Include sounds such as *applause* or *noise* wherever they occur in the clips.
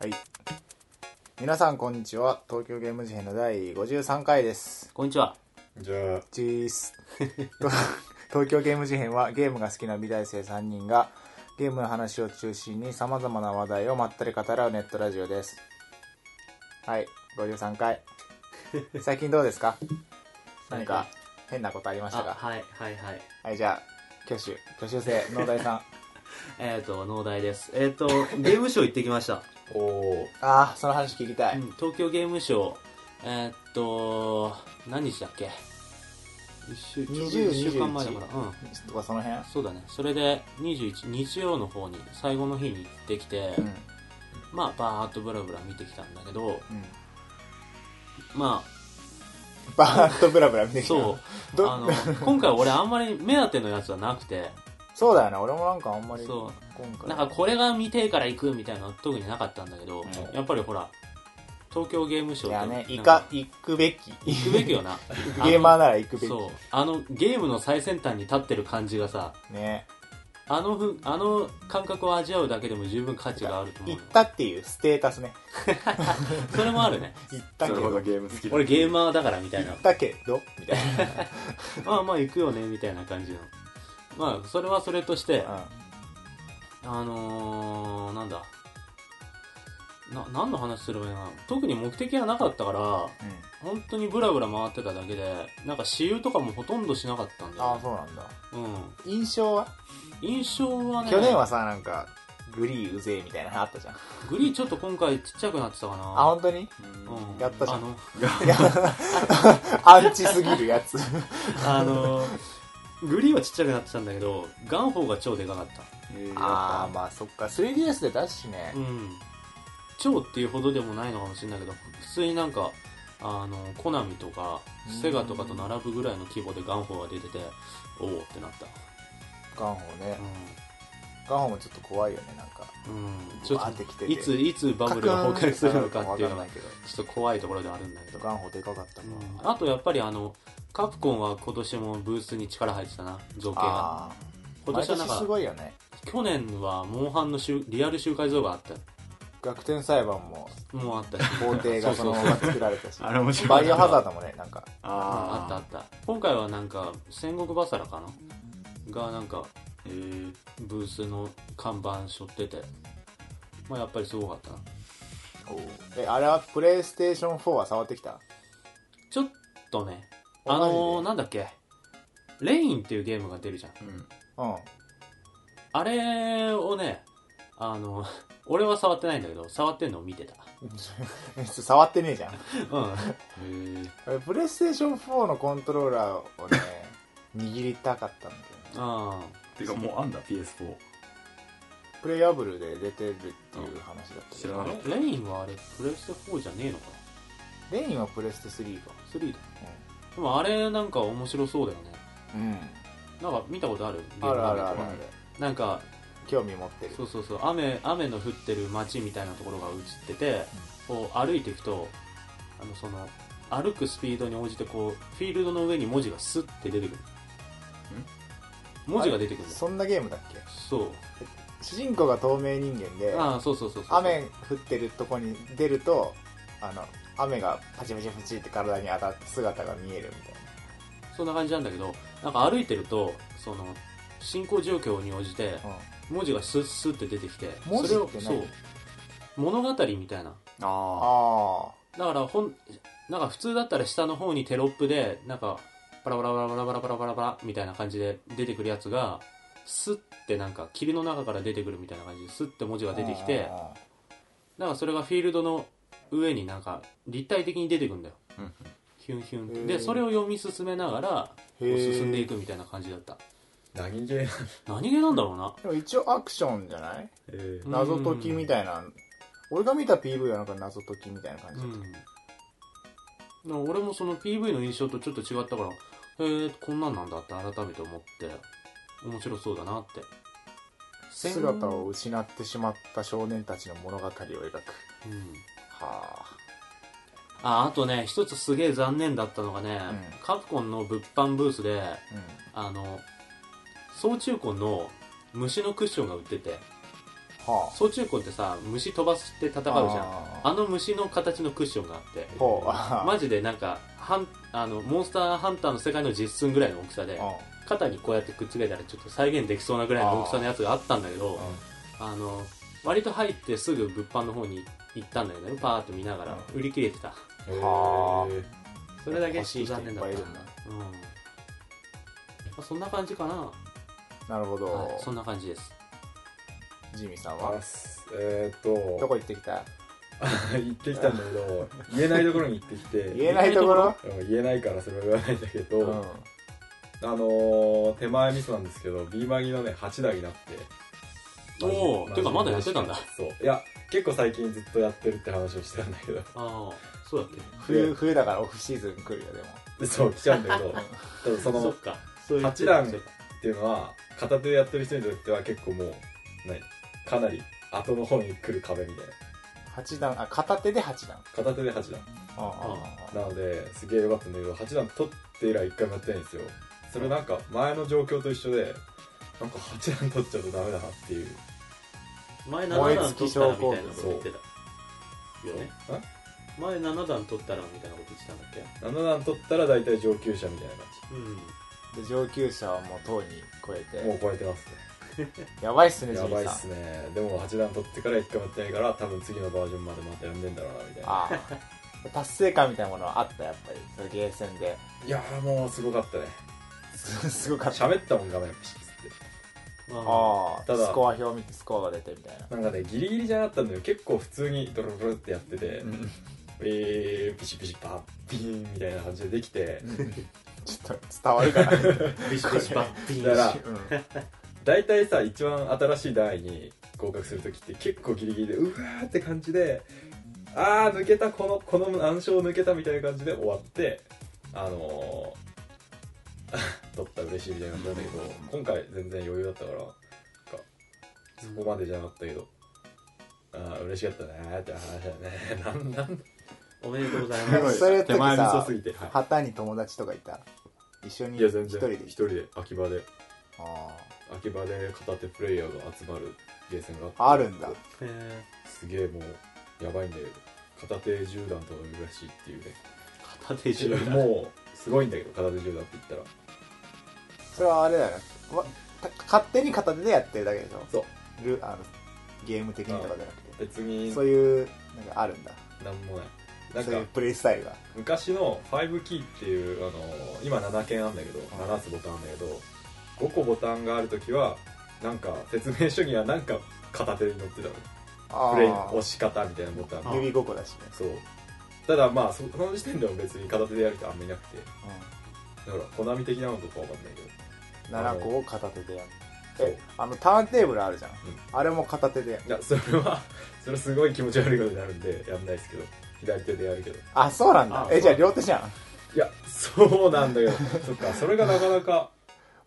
はい。皆さん、こんにちは。東京ゲーム事変の第53回です。こんにちは。じゃあ、チー *laughs* ス。と東京ゲーム事変は、ゲームが好きな美大生3人が、ゲームの話を中心に様々な話題をまったり語らうネットラジオです。はい、53回。 *laughs* 最近どうですか何か変なことありましたあ、かはい、はい、はい。はい、じゃあ、挙手。挙手制、農大 *laughs* さん。えっ、ー、と、農大です。えっ、 *laughs* と、ゲームショー行ってきました。おおああ、その話聞きたうい。ん東京ゲームショー、えっ、と、何日だっけ一週、ちょうど一週間前だから。うん。とか、その辺そうだね。それで、21、日曜の方に、最後の日に行ってきて、うん。まあ、バーっとブラブラ見てきたんだけど、うん。まバーッとブラブラ見てあ、きた。そう、どあの、今回俺あんまり目当てのやつはなくて、そうだよね俺もなんかあんまりそ今う回なんかこれが見てえから行くみたいなのは特になかったんだけど、んやっぱりほら、東京ゲームショいウやね行なんか行くべき行くべきよな。 *laughs* ゲーマーなら行くべそうき。あのゲームの最先端に立ってる感じがさ、ねあのふ、あの感覚を味わうだけでも十分価値があると思う行よ。ったっていうステータスねそれもあ *laughs* るね。行ったけなるどほど行ゲーム好きだ俺ゲーマーだからみたいなっ。たけどみたいまあまあ行くよねみたいな感じの。まあそれはそれとして、な、あのー、なんだ。な、何の話すればいいのかな。特に目的はなかったから、うんうん、本当にブラブラ回ってただけで、なんか私有とかもほとんどしなかったんだああよ、そうなんだうん。印象は印象はね、去年はさなんかグリーうぜえみたいなのあったじゃんあグリーンちょっと今回ちっちゃくなってたかな。本当にうん、やったじゃんあの、いやアンチすぎるや *laughs* つあのグリーンはちっちゃくなってたんだけど、ガンホーが超でかかっああまあそっか 3DS で出すしねた。うん。超っていうほどでもないのかもしれないけど、普通になんか、あの、コナミとか、セガとかと並ぶぐらいの規模でガンホーが出てて、おおってなった。ガンホねうガンホもちょっと怖いよねなんかん。うん。ちょわーっってきてと、ていつ、いつバブルが崩壊するのかっていうのがわかんないけどちょっと怖いところではあるんだけど、ガンホでかかったな、うんあとやっぱりあのカプコンは今年もブースに力入ってたな造形がああ今年はなん毎すかごいよね去年はモンハンの集リアル集会像があったよ逆転裁判ももうあったし法廷がそのまま作られたしあれ面白いバイオハザードもねなんかああったああった今回はなんか戦国バサラかながなんか、えーブースの看板背負っててまあやっぱりすごかったなえあれはプレイステーション4は触ってきたちょっとねマあジでのー、なんだっけレインっていうゲームが出るじゃんあうんうん *laughs* あれをねあの *laughs* 俺は触ってないんだけど触ってんのを見てた触ってねえじゃんうんへえ俺プレイステーション4のコントローラーをね握りたかったんだけどねああてかもうあんだ PS4 プレイアブルで出てるっていう話だったけ知らどなかっあれレインはあれプレステ4じゃねえのかレインはプレステ3かな3だでもあれなんか面白そうだよねうん、うん、なんか見たことあるゲあームる画あ面るあるあるなんか興味持ってるそうそうそう雨雨の降ってる街みたいなところが映ってて、こう歩いていくとあのその歩くスピードに応じてこうフィールドの上に文字がスッて出てくる文字が出てくるんだよそんなゲームだっけそう主人公が透明人間でああそうそうそうそう雨降ってるとこに出るとあの雨がパチパチパチって体に当たって姿が見えるみたいそんな感じなんだけどなんか歩いてるとその進行状況に応じてな、文字がスッスッって出てきて文字って何そう物語みたいなああだからほんなんか普通だったら下の方にテロップでなんかパラパラパラパラパラパラパラパラみたいな感じで出てくるやつがスッてなんか霧の中から出てくるみたいな感じでスッて文字あが出てきてなんかそれがフィールドの上になんか立体的に出てくるんだよあうんヒュンヒュンっへてーでそれを読み進めながらこう進んでいくくみたいな感じだった何ゲー何気なんだろうなでも一応アクションじゃないえうん謎解きみたいな、俺が見た PV はなんか謎解きみたいな感じだった、うん、な俺もその PV の印象とちょっと違ったからへえこんなんなんだって改めて思って面白そうだなって戦姿を失ってしまった少年たちの物語を描くはうんあああとね一つすげえ残念だったのがね、うんカプコンの物販ブースでうんあの総中古の虫のクッションが売っててはあ総中古ってさ虫飛ばして戦うじゃんああの虫の形のクッションがあってほう *laughs* あマジでなんかハンあのモンスターハンターの世界の実寸ぐらいの大きさであ肩にこうやってくっつけたらちょっと再現できそうなぐらいの大きさのやつがあったんだけどあの割と入ってすぐ物販の方に行ったんだけどねパーッと見ながら売り切れてたはーそれだけ欲しい人残念だったいっぱいいるんだうんまあ、そんな感じかななるほはいそどんな感じですジミーさんはあすえーっとどこ行ってきた行ってきたんだ *laughs* けど言えないところに行ってきて言えないところうん言えないからそれは言わないんだけど、うんあのー、手前ミスなんですけど B マギのね8台になっておおマジてかまだやってたんだそういや結構最近ずっとやってるって話をしてたんだけどああそうだっ冬冬だからオフシーズン来るよでもでそう来ちゃうん *laughs* だけど多分けそそのっかそういう八段っていうのは片手でやってる人にとっては結構もう何かなり後の方に来る壁みたいな八段あ片手で八段片手で8段ああなのですげえ良かったんだけど8段取って以来1回もやってないんですよそれなんか前の状況と一緒でなんか8段取っちゃうとダメだなっていう前燃7え段尽き取ったら症候みた群いなこと言ってたよね前7段取ったらみたいなこと言ってたんだっけ7段取ったら大体上級者みたいな感うんで上級者はもうとうに超えじもうて超えてますやばいっすねねジやミばいーっさんすねでも8段取ってから1回もやってないから多分次のバージョンまでまたやんねえんだろうなみたいなああ達成感みたいなものはあったやっぱりそのゲーセンでいやーもうすごかったねす *laughs* すごかった喋ったもん画面ピシッつってあああただスコア表見てスコアが出てみたいななんかねギリギリじゃなかったんだよ結構普通にドロドロってやってて、えー、ピシピシパッピーンみたいな感じでできてちょっと伝わる *laughs* かなあビシビシバッピン *laughs* だからうん大体さ一番新しい段位に合格する時って結構ギリギリでうわーって感じであー抜けたこのこの難所を抜けたみたいな感じで終わってあのー、 *laughs* 取ったら嬉しいみたいな感じなんだけど今回全然余裕だったからなんかそこまでじゃなかったけど、ああ嬉しかったねーって話だねなんなんおめでとうございでまも *laughs* すそれって手前味噌さすぎて、はい旗に友達とかいた一緒にいや全一然人で一人で秋葉であ秋葉で片手プレイヤーが集まるゲーセンがああるんだえすげえもうやばいんだけど片手10段とかいるらしいっていうー片手十ね段もうすごいんだけど片手10段って言ったらそれはあれだよねわた勝手に片手でやってるだけでしょそうルあのゲーム的にとかじゃなく別てにそういうなんかあるんだなんもないなんそういうかプレイスタイルが昔の5キーっていうあの今7件あんだけど7つボタンあんだけど5個ボタンがある時はなんか説明書にはなんか片手に乗ってたのあプレイのあ押し方みたいなボタンあー指5個だしねそうただまあそその時点では別に片手でやる人あんまりいなくてだからコナミ的なのとかわかんないけどうん7個を片手でやるそうえあのターンテーブルあるじゃん、んあれも片手でやるいやそれは *laughs* それすごい気持ち悪いことになるんでやんないですけど左手でやるけどあそうなんだあえじゃあそう両手じゃんいやそうなん *laughs* だけどそっかそれがなかなか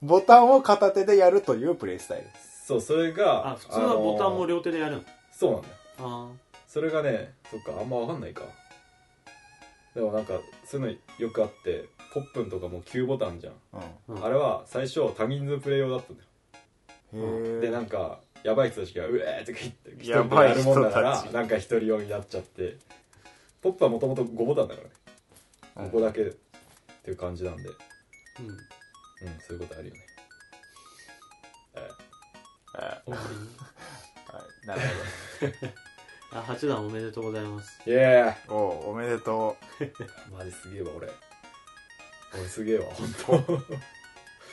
ボタンを片手でやるというプレイスタイルそうそれがあ普通はボタンもあのー両手でやるのそうなんだよあそれがねそっかあんまわかんないかでもなんかそういうのよくあってポップンとかも9ボタンじゃん、うんうんあれは最初多人数プレイ用だったんだよへえでなんかやばい人たちがうえーとか言って一や人でばやいる人たちもんだからなんか一人用になっちゃってポップはもともと5ボタンだからうねんここだけっていう感じなんでうんあうんそういうことあるよねえあおはいなるあ八段おめでとうございますーイエほどおうおめでとうーマジすげえわ俺俺すげえわ *laughs* 本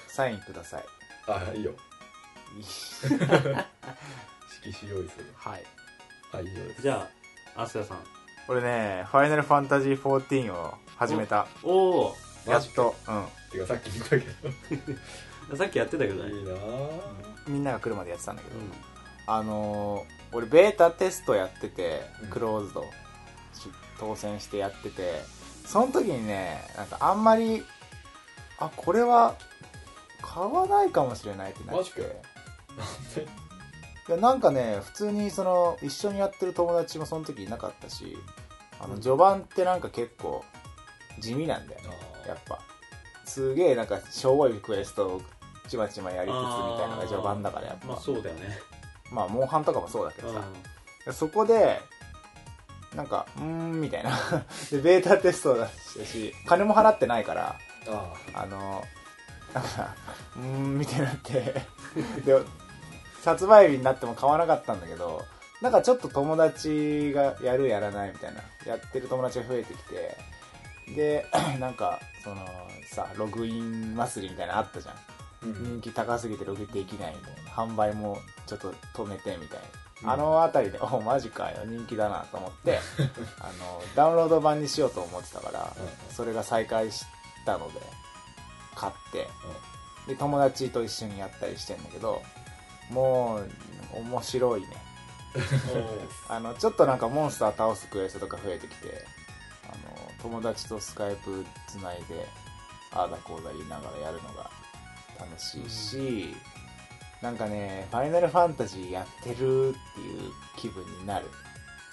サインください当あいいよ色紙用意するはいはい以上ですじゃあ飛鳥さん俺ね「ファイナルファンタジー14」を始めたおおやっと、うん、てかさっき言ったけどさっきやってたけどねいいなあみんなが来るまでやってたんだけど、うんあのー俺ベータテストやっててうんクローズド、し当選してやっててその時にねなんかあんまりあこれは買わないかもしれないってなマっジてかよでいやなんかね普通にその一緒にやってる友達もその時いなかったしあうのん序盤ってなんか結構地味なんだよねやっぱすげえなんかしょぼいクエストをちまちまやりつつみたいなのが序盤だからやっぱ、まあそうだよねまあモンハンとかもそうだけうどんさ、そこでなんかうーんみたいな *laughs* でベータテストだしたし金も払ってないからああの *laughs* なんかうーんみたいになって *laughs* で発売日になっても買わなかったんだけどなんかちょっと友達がやるやらないみたいなやってる友達が増えてきてで *clears throat* なんかそのさログイン祭りみたいなのあったじゃんーう人ん気高すぎてログできないみたいな販売もちょっと止めてみたいうんな、あの辺りでおマジかよ人気だなと思って *laughs* あのダウンロード版にしようと思ってたから、うんそれが再開したので買ってで友達と一緒にやったりしてんだけどもう面白いねあのちょっとなんかモンスター倒すクエストとか増えてきてあの友達とスカイプつないでああだこうだ言いながらやるのが楽しいし、なんかね「ファイナルファンタジー」やってるっていう気分になる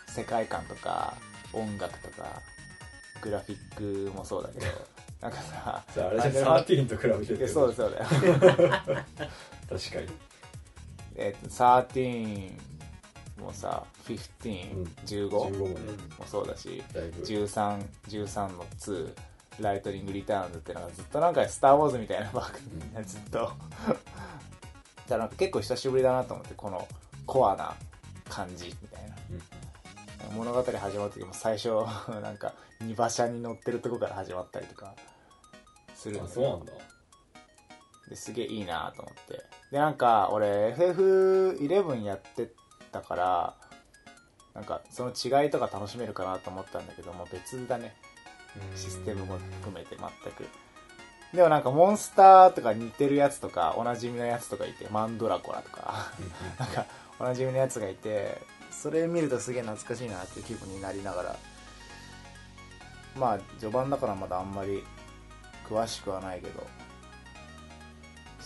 世界観とか音楽とかグラフィックもそう *laughs* だけどなんかさじゃああれじファゃイナルファン13と比べていやるそうだそうだよ *laughs* 確かにえっと13もさ1515、うん15 15もねもそうだしだいぶ1313の2ライトニングリターンズってのがずっとなんか「スター・ウォーズ」みたいなバッグみんなずっとだからなんか結構久しぶりだなと思ってこのコアな感じみたいなうん物語始まる時も最初なんか荷馬車に乗ってるとこから始まったりとかするんあだけそどうなんだですげえいいなと思ってでなんか俺 FF11 やってたからなんかその違いとか楽しめるかなと思ったんだけどもう別だねシステムも含めて全くでもなんかモンスターとか似てるやつとかおなじみのやつとかいてマンドラコラとかなんかおなじみのやつがいてそれ見るとすげえ懐かしいなっていう気分になりながらまあ序盤だからまだあんまり詳しくはないけどちょ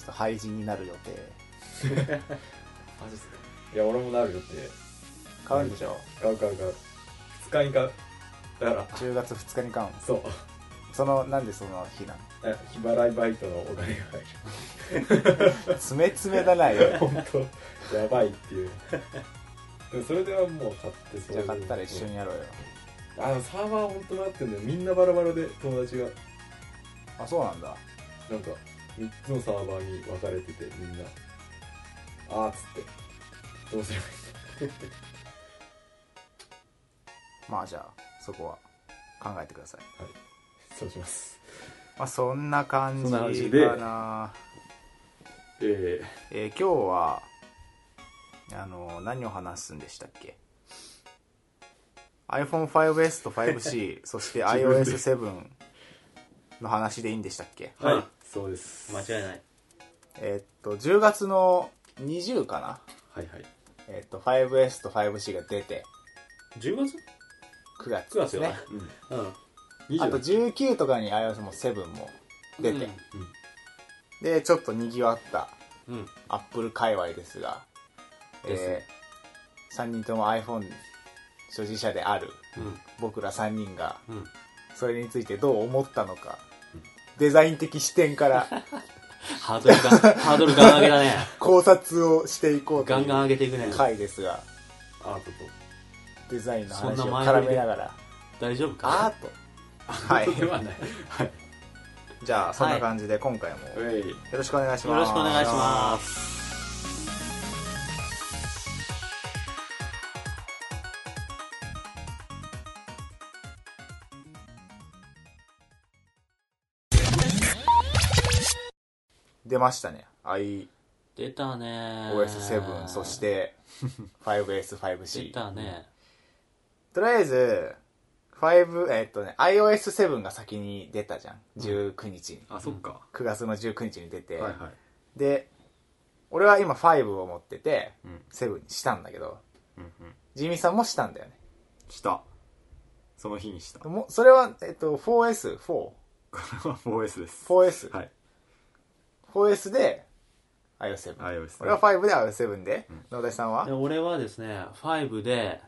っと廃人になる予定マジっすかいや俺もなるよって買うんで *laughs* しょ買う買う買う2日に買うだから10月2日に買うのそうそのなんでその日なえ日払いバイトのお金が入る *laughs* の爪爪だなよ本当やばいっていうでもそれではもう買ってそじゃあ買ったら一緒ににやろうよあのサーバー本当なってんだよみんなバラバラで友達があそうなんだなんか3つのサーバーに分かれててみんなあーっつってどうすればいいんだまあじゃあそこは考えてください、そうしますまあ、そんな感じそんなか感なじでええー今日はあの何を話すんでしたっけ iPhone5S と *laughs* 5C そして iOS7 の話でいいんでしたっけはい、うんそうです間違いないえーっと10月の20かなはいはいえーっと 5S と 5C が出て10月9月9で月すよねねうんうんあと19とかに iOS も7も出て、でちょっとにぎわったうん、うんアップル界隈ですが、ですえ3人とも iPhone 所持者であるうん僕ら3人がうんそれについてどう思ったのか、デザイン的視点からハードルがハードルガン上げだ *laughs* ね考察をしていこうとガいンガンう上げていくね回ですがアートとデザインの話そをんな前振絡りめでながら大丈夫アーかト *laughs* はいではないはいじゃあそんな感じで今回もよういろしくお願いしますよろしくお願いします出ましたね iOS7 出たねそして 5S5C 出たねとりあえず、5、えっとね、iOS7 が先に出たじゃん。19日に。あそっか、 9月の19日に出て。はいはいで、俺は今5を持ってて、うん7にしたんだけど、うんうんジミーさんもしたんだよね。したその日にしたこもそれは、えっと、4S?4?4S れは 4S ですはい 4S で iOS7。 iOS 俺は5で iOS7 で、野田さんでは俺はですね5で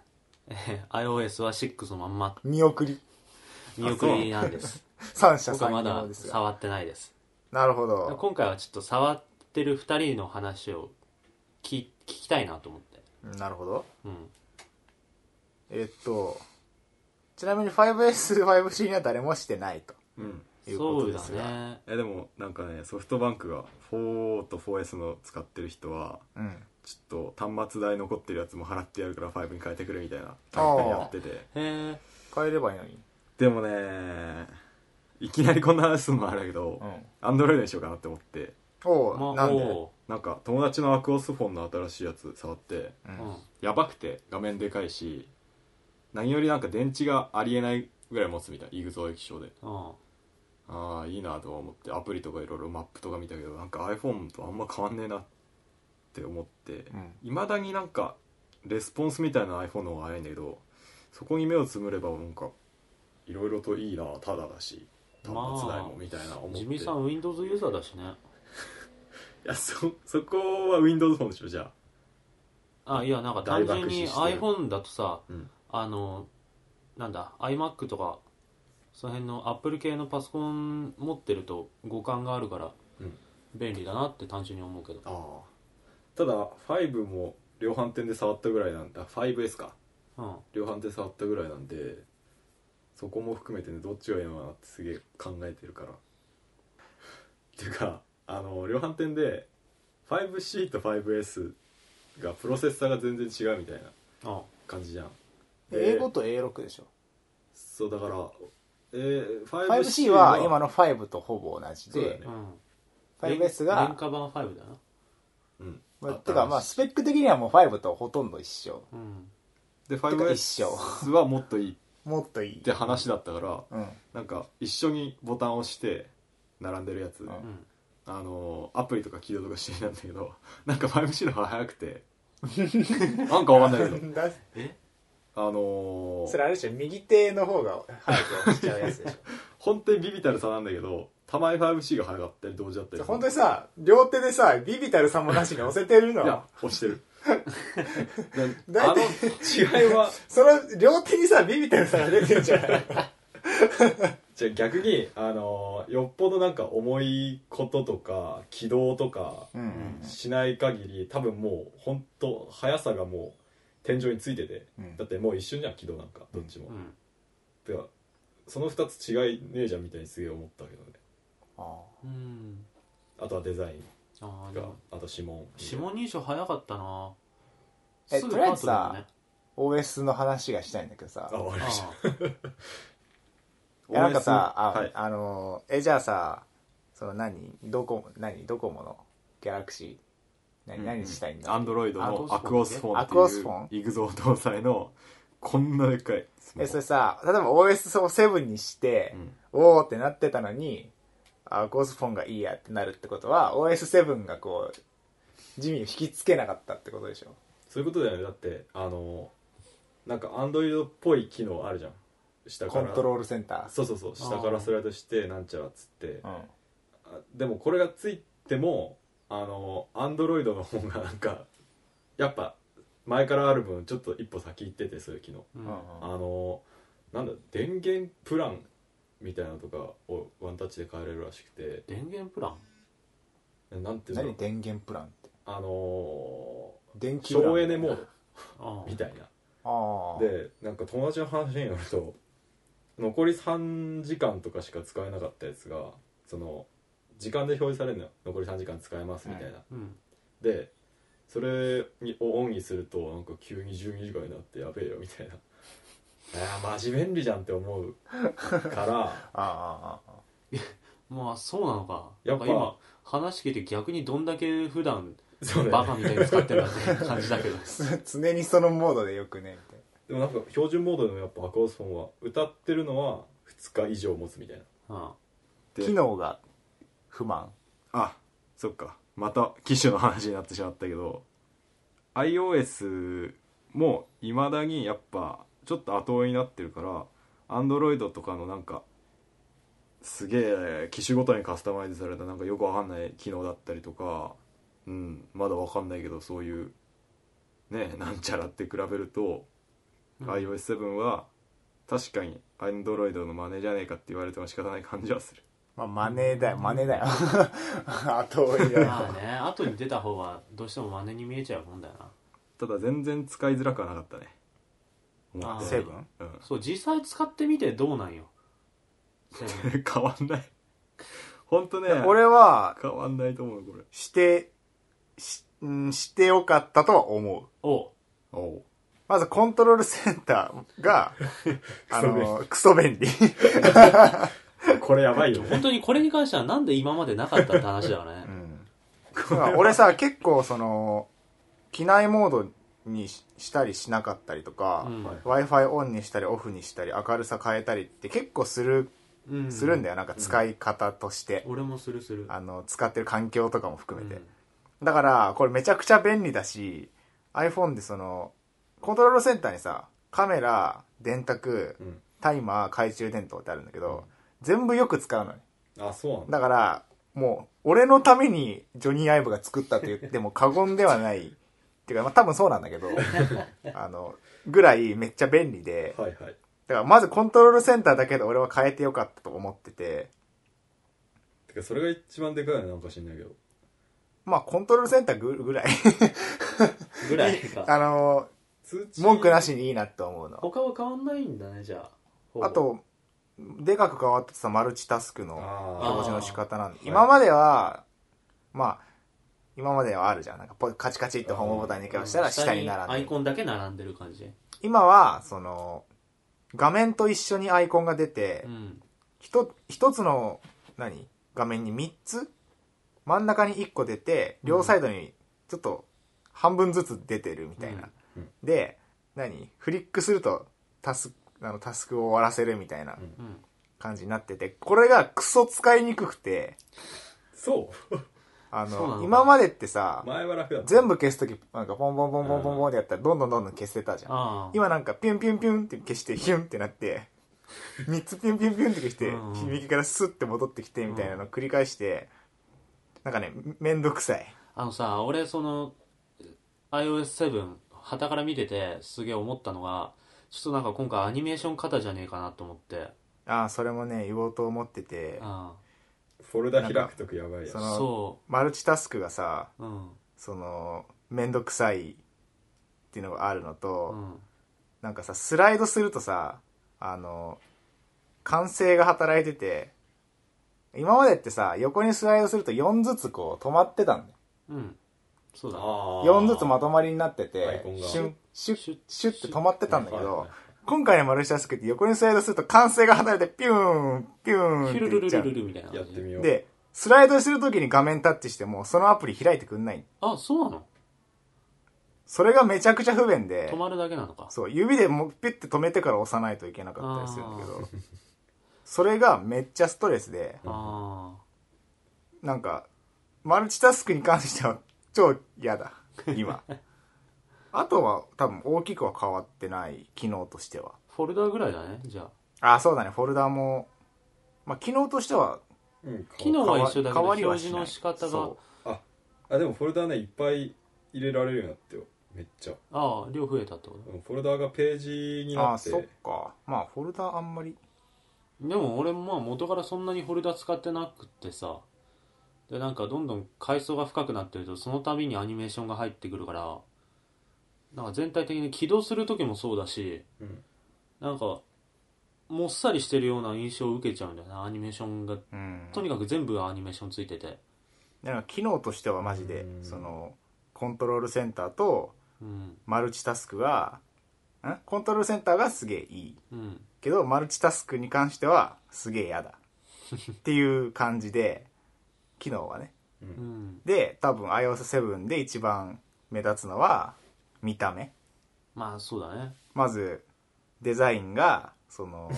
えー iOS は6のまんま見送り。見送りなんです三者僕は三まだ様ですが。触ってないですなるほでど。今回はちょっと触ってる2人の話を聞聞きたいなと思ってうんなるほどうんえっとちなみに 5S5C には誰もしてないとうんいうこそとうでだすがねえでもなんかねソフトバンクが 4O と 4S の使ってる人はうんちょっと端末代残ってるやつも払ってやるから5に変えてくれみたいなあー大会やっててへえ変えればいいのにでもねいきなりこんな話すんのもあれだけどうんアンドロイドにしようかなって思っておまおあなんでおなんか友達のアクオスフォンの新しいやつ触ってううんうんやばくて画面でかいし何よりなんか電池がありえないぐらい持つみたいイグゾー液晶でうんああいいなとは思ってアプリとかいろいろマップとか見たけどなんか iPhone とあんま変わんねえなって思ってうんいまだになんかレスポンスみたいな iPhone の方が早いんだけどそこに目をつむればなんかいろいろといいなただだし端末代もみたいな思って、地味さん Windows ユーザーだしねいやそそこは Windows フォンでしょじゃああいやなんか単大純爆に死してる iPhone だとさ、うんあのなんだ iMac とかその辺の Apple 系のパソコン持ってると互換があるからうん便利だなって単純に思うけど、ああただ5も量販店で触ったぐらいなんだ 5S かうん、量販店触ったぐらいなんでそこも含めてねどっちがいいのかなってすげえ考えてるからっていうかあの量販店で 5C と 5S がプロセッサーが全然違うみたいなあ感じじゃんで英語と A6 でしょそうだから、えー、 5C は今の5とほぼ同じそうだよでねうん、 5S 廉が価版5だなうんまあてかまあ新しスペック的にはもう5とほとんど一緒うんいでてか一緒 5S はもっといいっもっといいて話だったからうんなんか一緒にボタンを押して並んでるやつ、うんうんあのアプリとか起動とかしてなんだけど *laughs* なんか 5C の方が早 *laughs* くてなんかわかんないけどだあのそれあれでしょ右手の方が早く押しちゃうやつでし本当にビビたる差なんだけどたまに 5C が早かったり同時だったりょ本当にさ両手でさビビたるさもなしに押せてるいやの押してる *laughs* なだあいのたい違いはその両手にさビビたるさが出てるじゃないじゃあ逆に、あのよっぽどなんか重いこととか起動とかうんしない限り多分もう本当速さがもう天井についてて、うんだってもう一瞬じゃん起動なんかどっちも、うんてかその2つ違いねえじゃんみたいにすげえ思ったけどねあうんあとはデザイあンーでがもあと指紋指紋認証早かったなえすぐとりあえずさパッと出るねー OS の話がしたいんだけどさあわかりましたあいやなんかさ、あ、はいあのー、え、じゃあさ、その何ドコモ、何ドコモのギャラクシー、何、何したいんだアンドロイドのアクオスフォンアクオスフォンっていうイグゾー搭載のこんなでっかいスマえ、ホそれさ、例えば OS7 にしてう、んおーってなってたのに、あ、ゴスフォンがいいやってなるってことは、OS7 がこう、地味に引きつけなかったってことでしょ。そういうことだよねだってあのなんかアンドロイドっぽい機能あるじゃん下かコらントロールセンタそうそうそう下からスライドしてなんちゃらっつってー。うん。あでもこれがついてもあのアンドロイドの方がなんかやっぱ前からある分ちょっと一歩先行っててそういう機能ううんんうん *laughs* あのなんだ電源プランみたいなのとかをワンタッチで変えれるらしく電源プランてなんていう何の電源プランって。あの電気プラン。省エネモーあドみたいなああ。でなんか友達の話によると残り3時間とかしか使えなかったやつがその時間で表示されるのよ残り3時間使えますみたいな、うんでそれにをオンにするとなんか急に12時間になってやべえよみ *laughs* たいなあーマジ便利じゃんって思うからああ、ああ、ああ。まあそうなのかややっっぱぱ今話聞いて逆にどんだけ普段そうだバよねカみたいに使ってるんだって感じだ *laughs* けど常にそのモードでよくね、みたいな。でもなんか標準モードでもやっぱアクオスフォンは歌ってるのは2日以上持つみたいなうんで機能が不満あそっかまた機種の話になってしまったけど iOS もいまだにやっぱちょっと後追いになってるから Android とかのなんかすげえ機種ごとにカスタマイズされたなんかよくわかんない機能だったりとかうんまだわかんないけどそういうねなんちゃらって比べると、うん iOS7 は確かに Android の真似じゃねえかって言われても仕方ない感じはするまあ真似だよ真似だよ *laughs* 後追いだよまあね後に出た方はどうしても真似に見えちゃうもんだよなただ全然使いづらくはなかったね思ったよりそう実際使ってみてどうなんよセブンうん *laughs* 変わんない本当ね俺は、変わんないと思うこれして、し、うん、してよかったとは思う。おうおうまずコントロールセンターが、あの、クソ便利。これやばいよ *laughs* ね本当にこれに関してはなんで今までなかったって話だよね *laughs* 俺さ、結構その、機内モードにししたりしなかったりとか、うんはい Wi-Fi オンにしたりオフにしたり明るさ変えたりって結構する、うんするんだよ。なんか使い方として。俺もするするあの、使ってる環境とかも含めて。うんだから、これめちゃくちゃ便利だし、iPhone でその、コントロールセンターにさ、カメラ、電卓、うんタイマー、懐中電灯ってあるんだけど、全部よく使うのね。あそうなんだだから、もう、俺のためにジョニー・アイブが作ったと言っても過言ではない。っていうか、まあ多分そうなんだけど、あの、ぐらいめっちゃ便利で、はいはいだからまずコントロールセンターだけで俺は変えてよかったと思ってて、てかそれが一番でかいのなんか知んないけどまあコントロールセンターぐぐらい、ぐらいかあの、通知文句なしにいいなって思うの。他は変わんないんだねじゃあほぼあと、でかく変わってたマルチタスクのあ表ー示の仕方なんで、はい今までは、まあ、今まではあるじゃん。なんかポカチカチってホームボタンにう押んしたら下に並んでアるイコンだけ並んでる感じ今は、その、画面と一緒にアイコンが出てう、んひと一つの、何画面に3つ真ん中に1個出て、両サイドにちょっと半分ずつ出てるみたいな。うんうんで、何フリックするとタスク、あのタスクを終わらせるみたいなうんうん感じになってて、これがクソ使いにくくて、そあそうなのの、か今までってさう、前は楽だった全部消すとき、なんかポンポンポンポンポンポンってやったら、どんどんどんどん消せたじゃん。ああ今なんかピュンピュンピュンって消してヒュンってな *laughs* って3つピュンピュンピュンって消してうん右からスッて戻ってきてみたいなのを繰り返してなんかねめんどくさいあのさ俺その iOS7 旗から見ててすげえ思ったのがちょっとなんか今回アニメーション型じゃねえかなと思ってああそれもね言おうと思っててあフォルダ開くときやばいやそあのそマルチタスクがさううんそのめんどくさいっていうのがあるのうとんなんかさスライドするとさあの完成が働いてて今までってさ横にスライドすると4ずつこう止まってたんだようんそうだあー4ずつまとまりになってアイてコンがシュンシュシュッッシュッって止まってたんだけはいはいどはい今回のマルチタスクって横にスライドすると完成が離れてピューンピューンっヒてュルいルっルちゃルうルルみたいなやっ感てじみようでスライドするときに画面タッチしてもそのアプリ開いてくんないあそうなのそれがめちゃくちゃ不便で止まるだけなのかそう指でもうピュッて止めてから押さないといけなかったりするんだけどそれがめっちゃストレスであなんかマルチタスクに関しては超嫌だ今あとは多分大きくは変わってない機能としてはあフォルダぐらいだねじゃああ、そうだね、フォルダも、まあ、機能としては、うん機能は一緒だけど変わりは表し示ないの仕方がそあでもフォルダねいっぱい入れられるようになってよめっちゃああ量増えたってこうんフォルダがページにう。あなあ、ってそっか。まあ、フォルダあんまり、とでも俺もまあ元からそんなにフォルダ使ってなくってさでなんかどんどん階層が深くなってるとその度にアニメーションが入ってくるからなんか全体的に起動する時もそうだしうんなんかもっさりしてるような印象を受けちゃうんだよなアニメーションがうん。とにかく全部がアニメーションついててなんか機能としてはマジでう、んその、コントロールセンターとうんマルチタスクが、んコントロールセンターがすげえいい。うんけど、マルチタスクに関してはすげえ嫌だ。っていう感じで、機能はね。うんで、多分 iOS7 で一番目立つのは、見た目。まあそうだねまずデザインがそ *laughs* の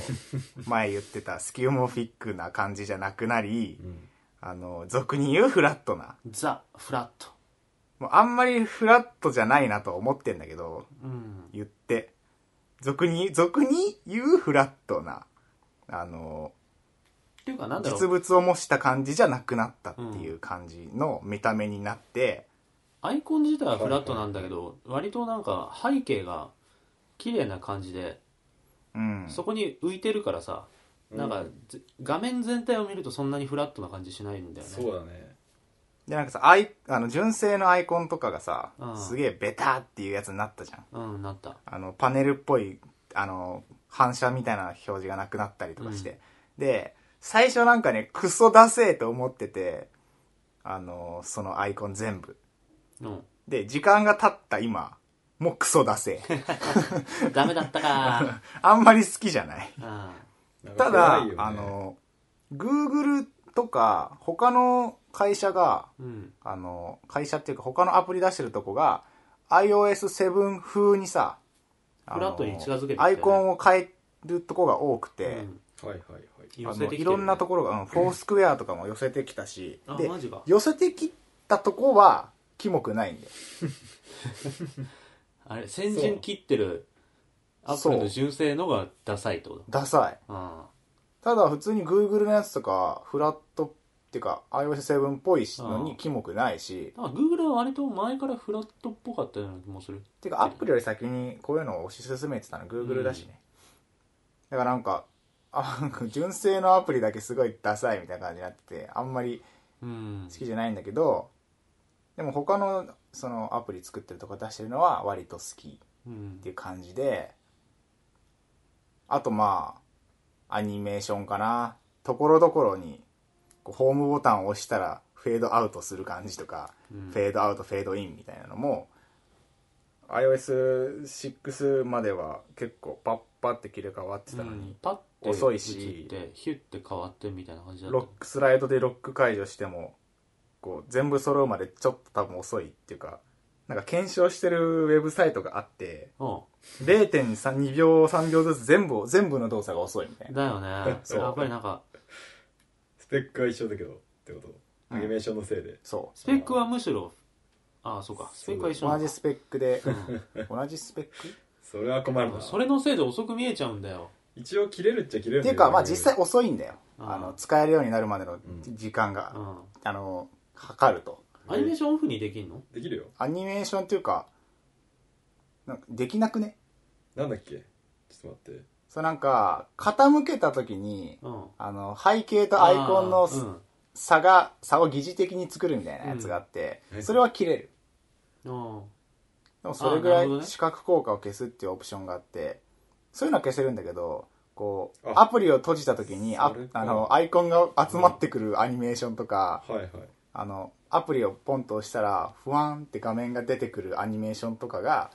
前言ってたスキューモフィックな感じじゃなくなりうんあの俗に言うフラットなザ・フラットもうあんまりフラットじゃないなと思ってんだけどうん言って俗に俗に言うフラットなあのっていうかなんだろ実う物を模した感じじゃなくなったっていう感じの見た目になって、アイコン自体はフラットなんだけど割となんか背景が綺麗な感じでうん、そこに浮いてるからさなんかぜ画面全体を見るとそんなにフラットな感じしないんだよねそうだねでなんかさアイあの純正のアイコンとかがさうんすげえベタっていうやつになったじゃんうんなったあのパネルっぽいあの反射みたいな表示がなくなったりとかして、で最初なんかねクソダセえと思っててあのそのアイコン全部うんで時間が経った今もうクソダセ *laughs* えダメだっ *laughs* たかあんまり好きじゃないうんなんかただ、暗いよねあの Google とか他の会社がうんあの会社っていうか他のアプリ出してるとこが iOS7 風にさあのフラットに近づけてきたよねアイコンを変えるとこが多くうて、んはいはいはあい寄せのてきていろんなところが、うん、フォースクウェアとかも寄せてきたしあでマジか寄せてきたとこはキモくないんであれ先陣切ってるアップルの純正のがダサいってことダサいあただ普通に Google のやつとかフラットっていうか iOS7 っぽいのうにんキモくないしあ Google は割と前からフラットっぽかったような気もするてかアップルより先にこういうのを推し進めてたの Google だしね、だからなんかあなんか純正のアプリだけすごいダサいみたいな感じになっててあんまりうん好きじゃないんだけどでも他のそのアプリ作ってるとか出してるのは割と好きうんっていう感じであとまあアニメーションかなところどころにこうホームボタンを押したらフェードアウトする感じとか、うんフェードアウトフェードインみたいなのも iOS6 までは結構パッパって切り替わってたのうんに、パッて遅いし移ってヒュッて変わってみたいな感じだったロックスライドでロック解除してもこう全部揃うまでちょっと多分遅いっていうかなんか検証してるウェブサイトがあってう0.2秒3秒ずつ全部を全部の動作が遅いみたいんなだよね *laughs* そうやっぱりなんかスペックは一緒だけどってことうんアニメーションのせいでそスペックはむしろああそうかスペックは一う緒な同んだじスペック *laughs* でうん同じスペックそれは困るなそれのせいで遅く見えちゃうんだよ一応切れるっちゃ切れるんってだいけうどかまあ実際遅いんだようんあの使えるようになるまでの時間が、うんあの測るとアニメーションオフにできんのできるよアニメーションっていうかなんかできなくねなんだっけちょっと待ってそうなんか傾けた時にうんあの背景とアイコンのあーうん差が差を疑似的に作るみたいなやつがあって、うんそれは切れるうんでもそれぐらあなるほどいね視覚効果を消すっていうオプションがあってそういうのは消せるんだけどこうあアプリを閉じた時にあそれかあのアイコンが集まってくるアニメーションとか、はいはいあのアプリをポンと押したらふわんって画面が出てくるアニメーションとかが、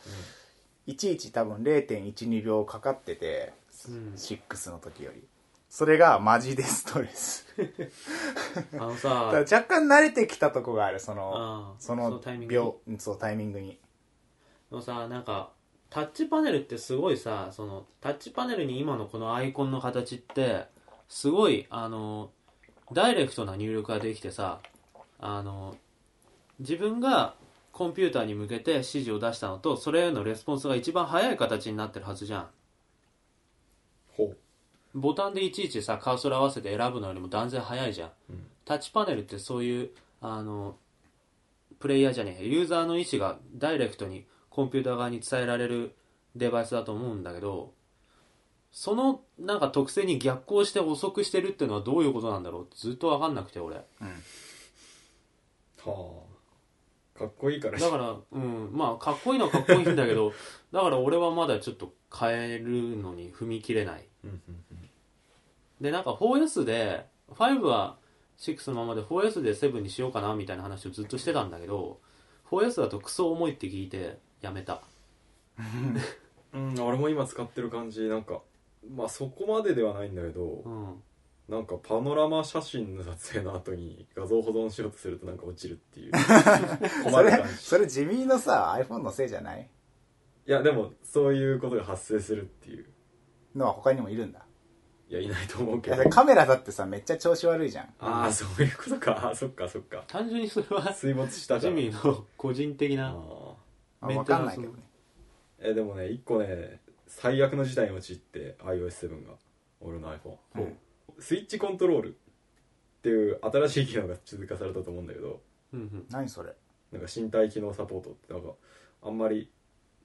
いちいち多分0.12秒かかってて、うん6の時よりそれがマジでストレスあだの *laughs* からさ若干慣れてきたとこがあるその、あーそのタイミング秒うんそうタイミングにでもさなんかタッチパネルってすごいさそのタッチパネルに今のこのアイコンの形ってすごいあのダイレクトな入力ができてさあの自分がコンピューターに向けて指示を出したのとそれへのレスポンスが一番早い形になってるはずじゃんほボタンでいちいちさカーソル合わせて選ぶのよりも断然早いじゃん、んタッチパネルってそういうあのプレイヤーじゃねえユーザーの意思がダイレクトにコンピューター側に伝えられるデバイスだと思うんだけどそのなんか特性に逆行して遅くしてるっていうのはどういうことなんだろうってずっと分かんなくて俺うはあかっこいいからだからうんまあかっこいいのはかっこいいんだけ *laughs* どだから俺はまだちょっと変えるのに踏み切れないうんうんでなんか 4S で5は6のままで 4S で7にしようかなみたいな話をずっとしてたんだけど 4S だとクソ重いって聞いてやめたうん、俺も今使ってる感じなんかまあそこまでではないんだけどうんなんかパノラマ写真の撮影の後に画像保存しようとするとなんか落ちるっていう *laughs* そ困るれ感じそれ地味のさ iPhone のせいじゃないいやでもそういうことが発生するっていうのは他にもいるんだいやいないと思ういけやどだからカメラだってさめっちゃ調子悪いじゃんああそういうことかあーそっかそっか単純にそれは水没したかジらミーの *laughs* 個人的あなーまあメンわテかナんンなスいけどねえでもね一個ね最悪の事態に陥って iOS7 が俺の iPhone、うんスイッチコントロールっていう新しい機能が追加されたと思うんだけどうんうん何それなんか身体機能サポートってなんかあんまり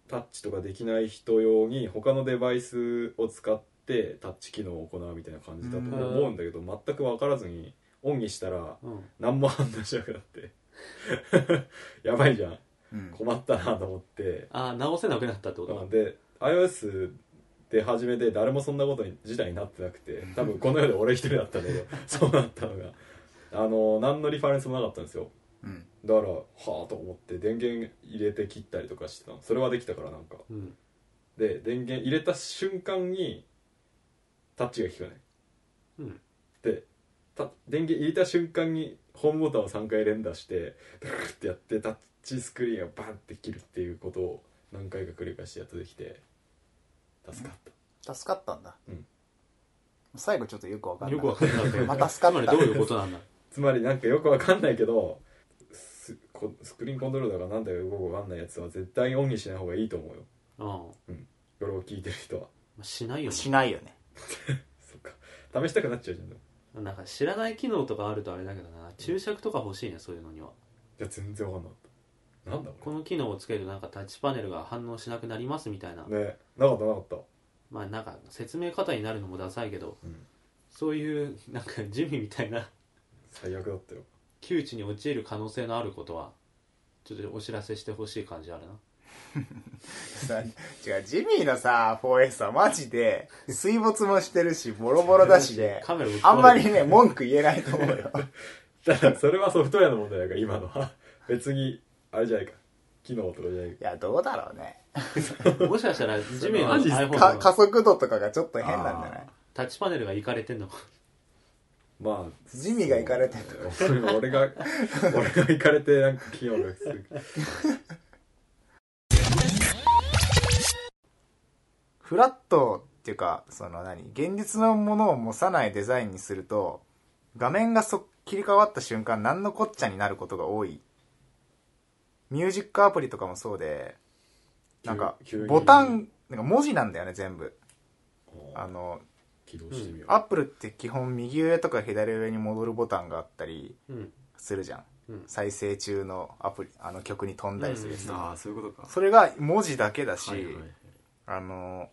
タッチとかできない人用に他のデバイスを使ってタッチ機能を行うみたいな感じだと思うんだけど全く分からずにオンにしたらうん何も反応しなくなって *laughs* やばいじゃんうん困ったなと思って、ああ直せなくなったってことうかん、で iOS で始めて誰もそんなことに事態になってなくて多分この世で俺一人だったんだけど *laughs* そうなったのがあの何のリファレンスもなかったんですようんだからはあと思って電源入れて切ったりとかしてたのそれはできたからなんかうんで電源入れた瞬間にタッチが効かない、うんでた電源入れた瞬間にホームボタンを3回連打してブルルルってやってタッチスクリーンをバンって切るっていうことを何回か繰り返してやっとできて助かった、助かったんだ、うん最後ちょっとよくわかんないよくわかんなかっ *laughs* たまた助かったつまりどういうことなんだつまりなんかよくわかんないけどスこスクリーンコントローラーがなんだかよくわかんないやつは絶対オンにしない方がいいと思うようんまこれを聞いてる人はあしないよねしないよねそっか試したくなっちゃうじゃんでもなんか知らない機能とかあるとあれだけどな注釈とか欲しいねそういうのにはいや全然わかんなかったなんだここの機能をつけるとなんかタッチパネルが反応しなくなりますみたいなれねなかったなかったまあなんか説明方になるのもダサいけど、うんそういうなんかジミみたいな最悪だったよ *laughs* 窮地に陥る可能性のあることはちょっとお知らせしてほしい感じあるなさ違うジミーのさ 4S はマジで水没もしてるしボロボロだしで *laughs* カメラぶっ壊れるあんまりね文句言えないと思うよだからそれはソフトウェアの問題だから今のは *laughs* 別にあれじゃないか機能とかじゃないかいやどうだろう *laughs* ねもしかしたらジミのマジっす iPhone か加の速度とかがちょっと変なんじゃないタッチパネルがいかれてんのかまあジミーが行かれてるる *laughs* 俺が俺が行かれてなんか機能がするフラットっていうかその何現実のものを模さないデザインにすると画面がそ切り替わった瞬間何のこっちゃになることが多いミュージックアプリとかもそうでなんか急急にボタンなんか文字なんだよね全部あの起動してみよう、アップルって基本右上とか左上に戻るボタンがあったりうんするじゃん、うん再生中のアプリあの曲に飛んだりするやつとかああそういうことかそれが文字だけだし、はいはいはいあの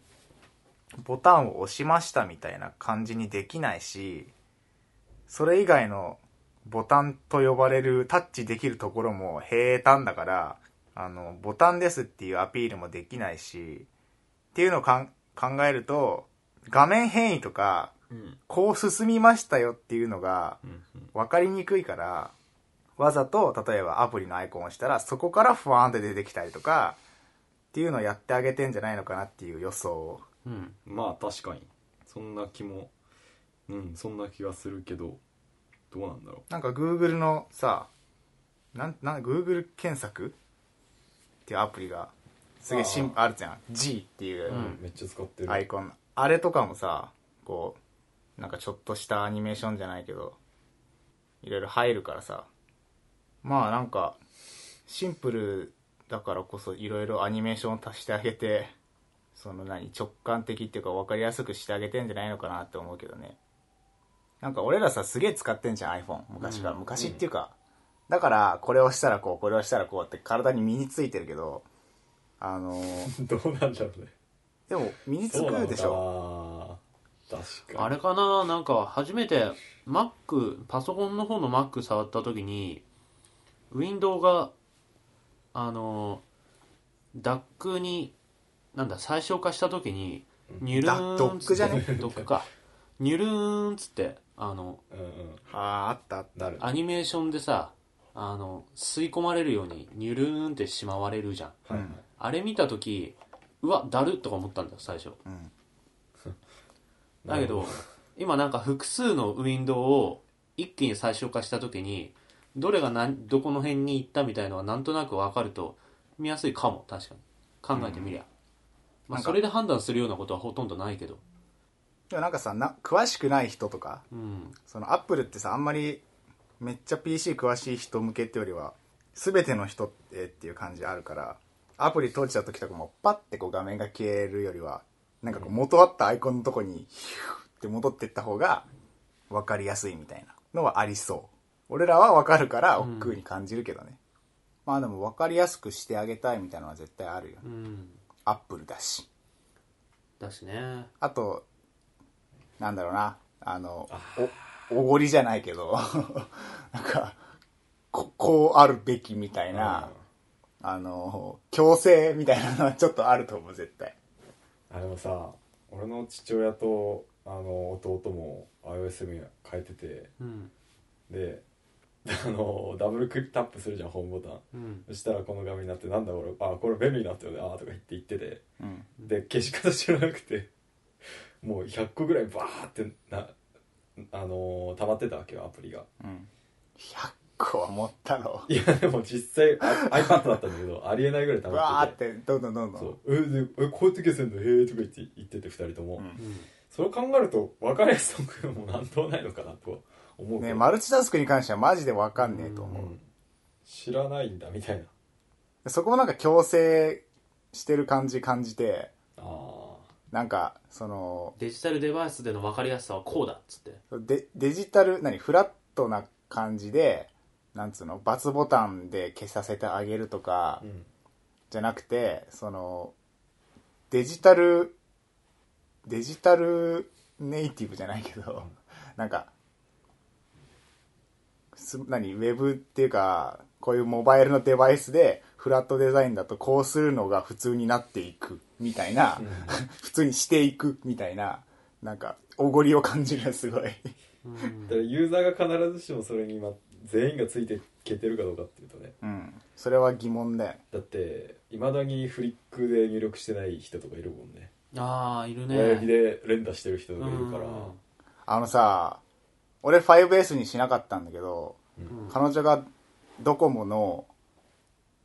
ボタンを押しましたみたいな感じにできないしそれ以外のボタンと呼ばれるタッチできるところも平坦だからあのボタンですっていうアピールもできないしっていうのをかん考えると画面変異とかうんこう進みましたよっていうのがうんうん分かりにくいからわざと例えばアプリのアイコンを押したらそこからフワーンって出てきたりとかっていうのをやってあげてんじゃないのかなっていう予想をうんまあ確かにそんな気もうんそんな気がするけどどうなんだろなんか Google のさなんなん Google 検索っていうアプリがすげえシンああるじゃん G っていううんめっちゃ使ってる、アイコンあれとかもさこうなんかちょっとしたアニメーションじゃないけどいろいろ入るからさまあなんかシンプルだからこそいろいろアニメーションを足してあげてその何直感的っていうか分かりやすくしてあげてんじゃないのかなって思うけどねなんか俺らさすげえ使ってんじゃん iPhone 昔から、うん昔っていうか、だからこれをしたらこうこれをしたらこうって体に身についてるけどあのー *laughs* どうなんだろうねでも身につそうなくのでしょかな確かにあれかななんか初めて Mac パソコンの方の Mac 触った時にウィンドウがあの DAC になんだ最小化した時にニュルーンっつってダドックじドックかニュルーンっつってあのうんうんあああったあっなるアニメーションでさあの吸い込まれるようにニュルーンってしまわれるじゃんはいはい、あれ見た時うわだるっとか思ったんだよ最初た、うん、だけど、今なんか複数のウィンドウを一気に最小化した時に、どれが何、どこの辺に行ったみたいのはなんとなく分かると見やすいかも、確かに。考えてみりゃ。まなあ、んかそれで判断するようなことはほとんどないけど。でもなんかさな詳しくない人とかうん。そのアップルってさあんまりめっちゃ PC 詳しい人向けってよりは全ての人ってっていう感じあるからアプリ閉じた時とかもパッてこう画面が消えるよりはなんかこう元あったアイコンのとこにヒューって戻ってった方が分かりやすいみたいなのはありそう俺らは分かるから億劫に感じるけどね、まあでも分かりやすくしてあげたいみたいなのは絶対あるよね、うん。アップルだしだしね。あと、なんだ *laughs* ろうな、あの、お、おごりじゃないけど、なんか、ここうあるべきみたいな、あの、強制みたいなのはちょっとあると思う、絶対。あれもさ俺の父親とあの弟も iOSM 変えててうんで *laughs* あのダブルクリックタップするじゃんホームボタンうんそしたらこの画面になってなんだ俺あこれ便利になったよねあーとか言って言っててうん。で消し方知らなくて *laughs* もう100個ぐらいバーってなあのー溜まってたわけよアプリがうん。100個は持ったろ。いやでも実際あ iPad だったんだけどありえないぐらい溜うわまーっってててて、どんどんどんどん。そうえでえこうやって消せんのへえとか言って言ってて2人とも、うんそれを考えると分かりやすくもなんともないのかなと思うけね、どマルチタスクに関してはマジでわかんねえとう思う。ん知らないんだみたいなそこもなんか強制してる感じ感じて、あなんか、その、デジタルデバイスでの分かりやすさはこうだっつってデデジタル、何、フラットな感じで、なんつうの、×ボタンで消させてあげるとかあ、うんじゃなくて、その、デジタル、デジタルネイティブじゃないけど、なんか、す何、ウェブっていうか、こういうモバイルのデバイスで、フラットデザインだとこうするのが普通になっていく、みたいな、 *laughs* 普通にしていく、みたいな、なんか、おごりを感じる、すごい。うんだからユーザーが必ずしもそれに今全員がついていけてるかどうかっていうとねうん。それは疑問だよね。だっていまだにフリックで入力してない人とかいるもんねああいるね親指で連打してる人とうかいるんからあのさ、俺 5S にしなかったんだけど、うん彼女がドコモの、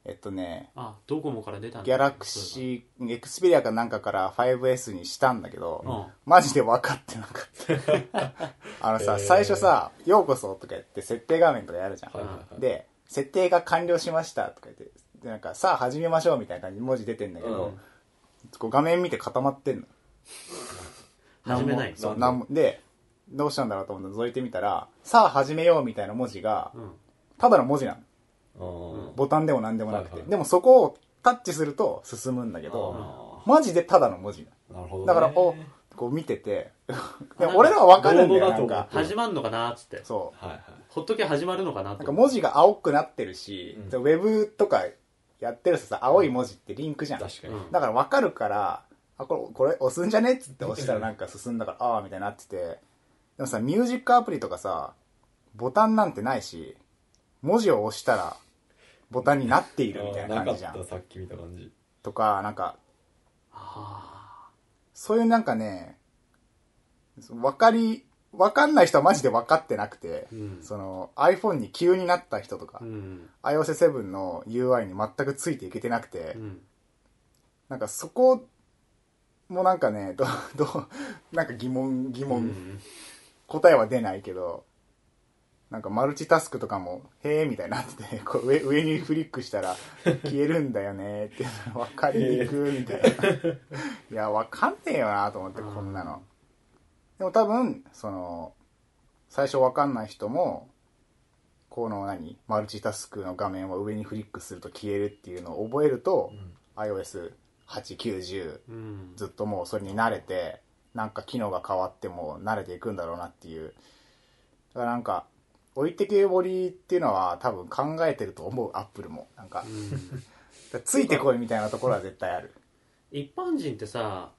えっとね、あドコモから出たんだギャラクシー、エクスペリアかなんかから 5S にしたんだけど、うんマジで分かってなか *laughs* った。あのさ、へー最初さ、ようこそとか言って設定画面とかやるじゃん。はいはいはいで、設定が完了しましたとか言って、でなんかさあ始めましょうみたいな感じで文字出てんだけど、うんこう画面見て固まってんの。始めないそう、ななんんも、で、どうしたんだろうと思って覗いてみたら、さあ始めようみたいな文字が、うんただの文字なの。あーボタンでも何でもなくて。はいはいでもそこをタッチすると進むんだけど、あマジでただの文字なーなるほどの。ねだから、お、こう見てて、 *laughs* でも俺らはわかるんだよ、ななんんかか。始まんのかなっつってそはいはいほっとけば始まるのかなう。なとんか文字が青くなってるし、うんでウェブとかやってるとさ、青い文字ってリンクじゃん。確かに、うんだから分かるから、あ、これ、これ押すんじゃねっつって押したらなんか進んだから、ああ、みたいになってて。でもさ、ミュージックアプリとかさ、ボタンなんてないし、文字を押したら、ボタンになっているみたいなあー感なじじかゃったん。さっき見た感じとか、なんか、あそういうなんかね、分かり、分かんない人はマジで分かってなくて、うんその iPhone に急になった人とか、あうん iOS7 の UI に全くついていけてなくて、うんなんかそこもなんかね、ど、 *laughs* ど、なんか疑問、疑う問、ん答えは出ないけど、なんかマルチタスクとかも、へえみたいになってて、 *laughs* こう上、上にフリックした *laughs* ら消えるんだよねって、わかりにくいみたいな。 *laughs* いや、わかんねえよなと思って、こんなの。でも多分、その、最初わかんない人も、この何マルチタスクの画面は上にフリックすると消えるっていうのを覚えると、iOS8、9、10、うんずっともうそれに慣れてなんか機能が変わっても慣れていくんだろうなっていうだからなんか置いてけぼりっていうのは多分考えてると思うアップルもなんかうんついてこいみたいなところは絶対ある一般人ってさ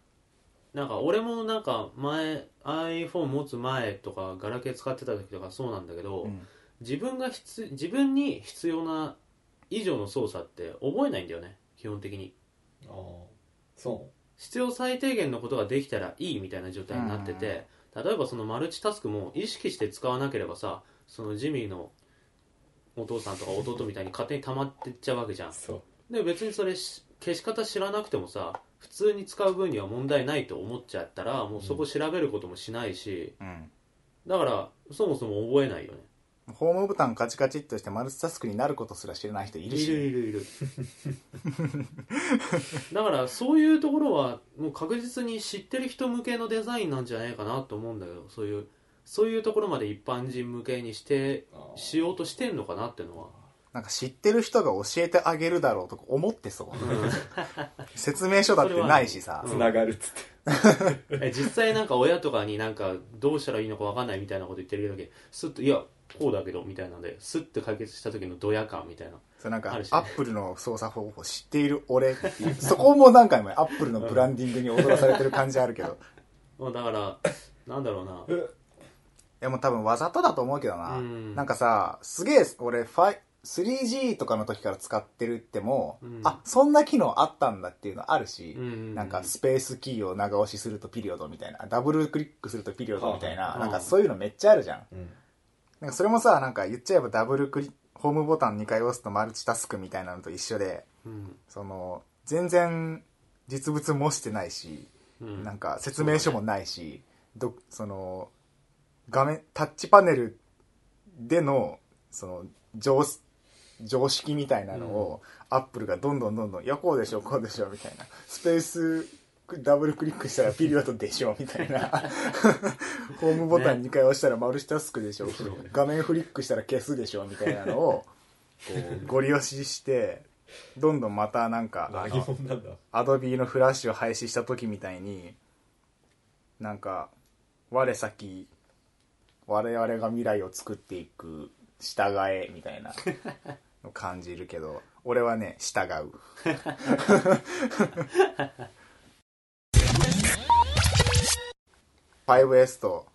なんか俺もなんか前 iPhone 持つ前とかガラケー使ってた時とかそうなんだけど、うん自分が必自分に必要な以上の操作って覚えないんだよね基本的にああそ必要最低限のことができたらいいみたいな状態になってて、例えばそのマルチタスクも意識して使わなければさそのジミーのお父さんとか弟みたいに勝手に溜まってっちゃうわけじゃんうそうで別にそれし消し方知らなくてもさ普通に使う分には問題ないと思っちゃったらもうそこ調べることもしないし、うんだからそもそも覚えないよねホームボタンカチカチっとしてマルチタスクになることすら知らない人いるいるしいるいるいるだからそういうところはもう確実に知ってる人向けのデザインなんじゃないかなと思うんだけどそういうそういうところまで一般人向けにしてあーしようとしてんのかなってのは、なんか知ってる人が教えてあげるだろうとか思ってそうう *laughs* 説明書だってないしさそつながるっつって、ん、え実際なんか親とかになんかどうしたらいいのかわかんないみたいなこと言ってる時すっと「いやこうだけどみたいなのでスッて解決した時のドヤ感みたいなそうなんか、あるしアップルの操作方法知っている俺っていう、そこもなんか今、アップルのブランディングに踊らされてる感じあるけ *laughs* ど。いまあだからなんだろうなやもう多分わざとだと思うけどな。うんなんかさ、すげえ、俺、ファイ、3G とかの時から使ってるっても、うんあ、そんな機能あったんだっていうのあるし、うんなんかスペースキーを長押しするとピリオドみたいな、ダブルクリックするとピリオドみたいな、はいなんかそういうのめっちゃあるじゃん。うんなんかそれもさ、なんか言っちゃえばダブルクリホームボタン2回押すとマルチタスクみたいなのと一緒で、うんその、全然実物もしてないし、うんなんか説明書もないし、ど、その、画面、タッチパネルでの、その、常識、常識みたいなのを、アップルがどんどんどんどん、いや、こうでしょ、こうでしょ、みたいな。スペース、ダブルクリックしたらピリオドでしょ、みたいな。ホームボタン2回押したらマルチタスクでしょ、 *laughs* 画面フリックしたら消すでしょ、みたいなのを、こう、ゴリ押しして、どんどんまたなんか、あ何の者なんだアドビーのフラッシュを廃止した時みたいになんか我先我々が未来を作っていく従えみたいなの感じるけど俺はね従う5S と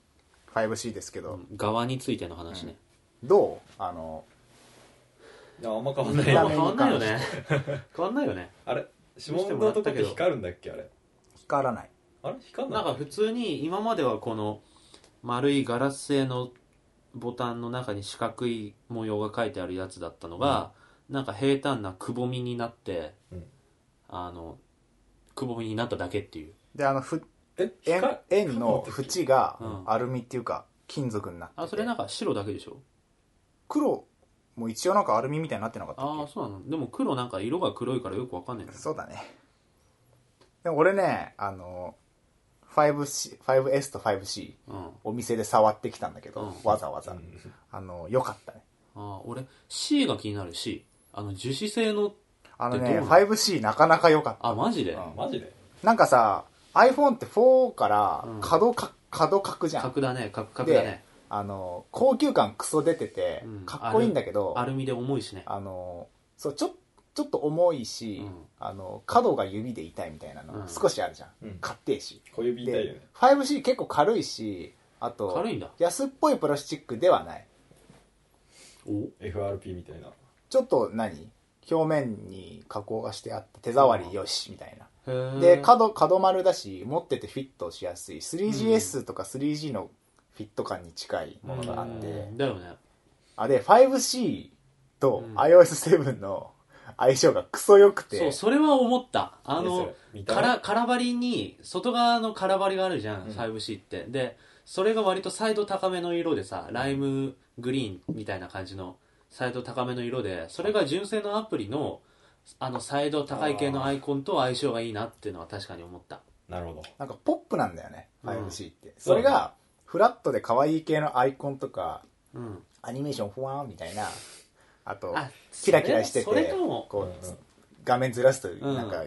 5C ですけど、側についての話ね、どうあのいやあんま変わんまあない見たよ目変わんないよね変わんないよねあれ指紋のとこって光るんだっけあれ光らないあれ光んなないんか普通に今まではこの丸いガラス製のボタンの中に四角い模様が書いてあるやつだったのが、なんか平坦なくぼみになって、うんあのくぼみになっただけっていう、であのふえ円光円の縁がうんアルミっていうか金属になっててあそれなんか白だけでしょ黒も一応なんかアルミみたいになってなかったっああそうなのでも黒なんか色が黒いからよくわかんないんけだそうだねでも俺ねあの 5C 5S と 5C うんあお店で触ってきたんだけど、うんわざわざ、うんあのよかったねあ俺 C が気になる C あの樹脂製のあのでどねうなの 5C なかなか良かったあマジで、うんマジでなんかさ iPhone って4からうん角か、角角じゃん角だね角角だねあの高級感クソ出てて、うんかっこいいんだけどアルミで重いしねあのそうちょちょっと重いし、うんあの角が指で痛いみたいなの、うん少しあるじゃんうん硬いし小指痛いよでね 5C 結構軽いしあと軽いんだ安っぽいプラスチックではないお FRP みたいなちょっと何表面に加工がしてあって手触りよしみたいな、へえで角角丸だし持っててフィットしやすい 3GS とか 3G のフィット感に近いものがあって、うんだよねあで 5C とうん iOS7 の相性がクソ良くて、そうそれは思ったあの見たから空張りに外側の空張りがあるじゃん、うん 5C ってでそれが割とサイド高めの色でさライムグリーンみたいな感じのサイド高めの色でそれが純正のアプリのあのサイド高い系のアイコンと相性がいいなっていうのは確かに思ったなるほどなんかポップなんだよねうん 5C って、それがフラットで可愛い系のアイコンとかうんアニメーションふわーんみたいなあとあキラキラしててそれそれかもこうんうんう画面ずらすとんなんか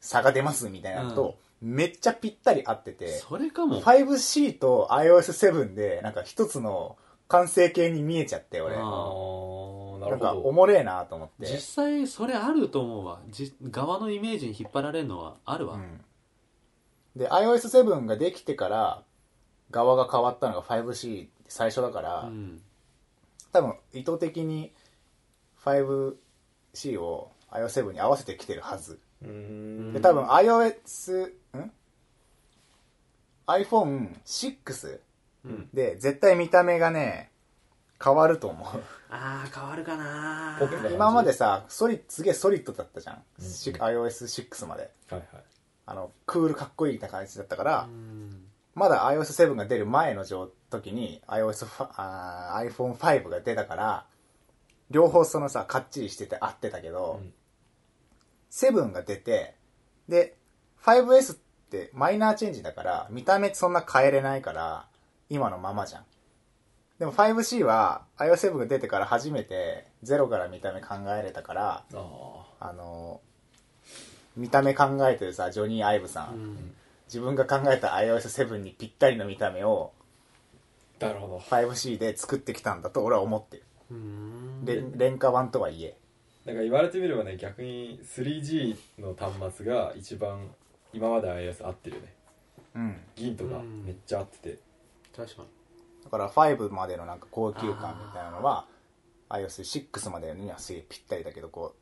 差が出ますみたいなのと、めっちゃぴったり合っててそれかも 5C と iOS7 でなんか一つの完成形に見えちゃって俺あなあーなるんかおほもれえなと思って実際それあると思うわじ側のイメージに引っ張られるのはあるわ、で iOS7 ができてから側が変わったのが 5C って最初だから、うん多分意図的に 5C を iOS7 に合わせてきてるはずどうーんで多分 iOS ん iPhone6 うんで絶対見た目がね変わると思うああ変わるかなポケット今までさソリすげえソリッドだったじゃん、うん iOS6 まではいはいあのクールかっこいいな感じだったから、うんまだ iOS7 が出る前の状時に iOS ファあー iPhone5 が出たから両方そのさかっちりしてて合ってたけど、うん7が出てで 5S ってマイナーチェンジだから見た目そんな変えれないから今のままじゃんでも 5C は iOS7 が出てから初めてゼロから見た目考えれたからあああの見た目考えてるさジョニー・アイブさんうん自分が考えた iOS7 にぴったりの見た目をなるほど 5C で作ってきたんだと俺は思ってるうーんれん廉価版とはいえなんか言われてみればね逆に 3G の端末が一番今まで iOS 合ってるよねうん銀とかうんめっちゃ合ってて確かにだから5までのなんか高級感みたいなのは iOS6 までにはすげえぴったりだけどこ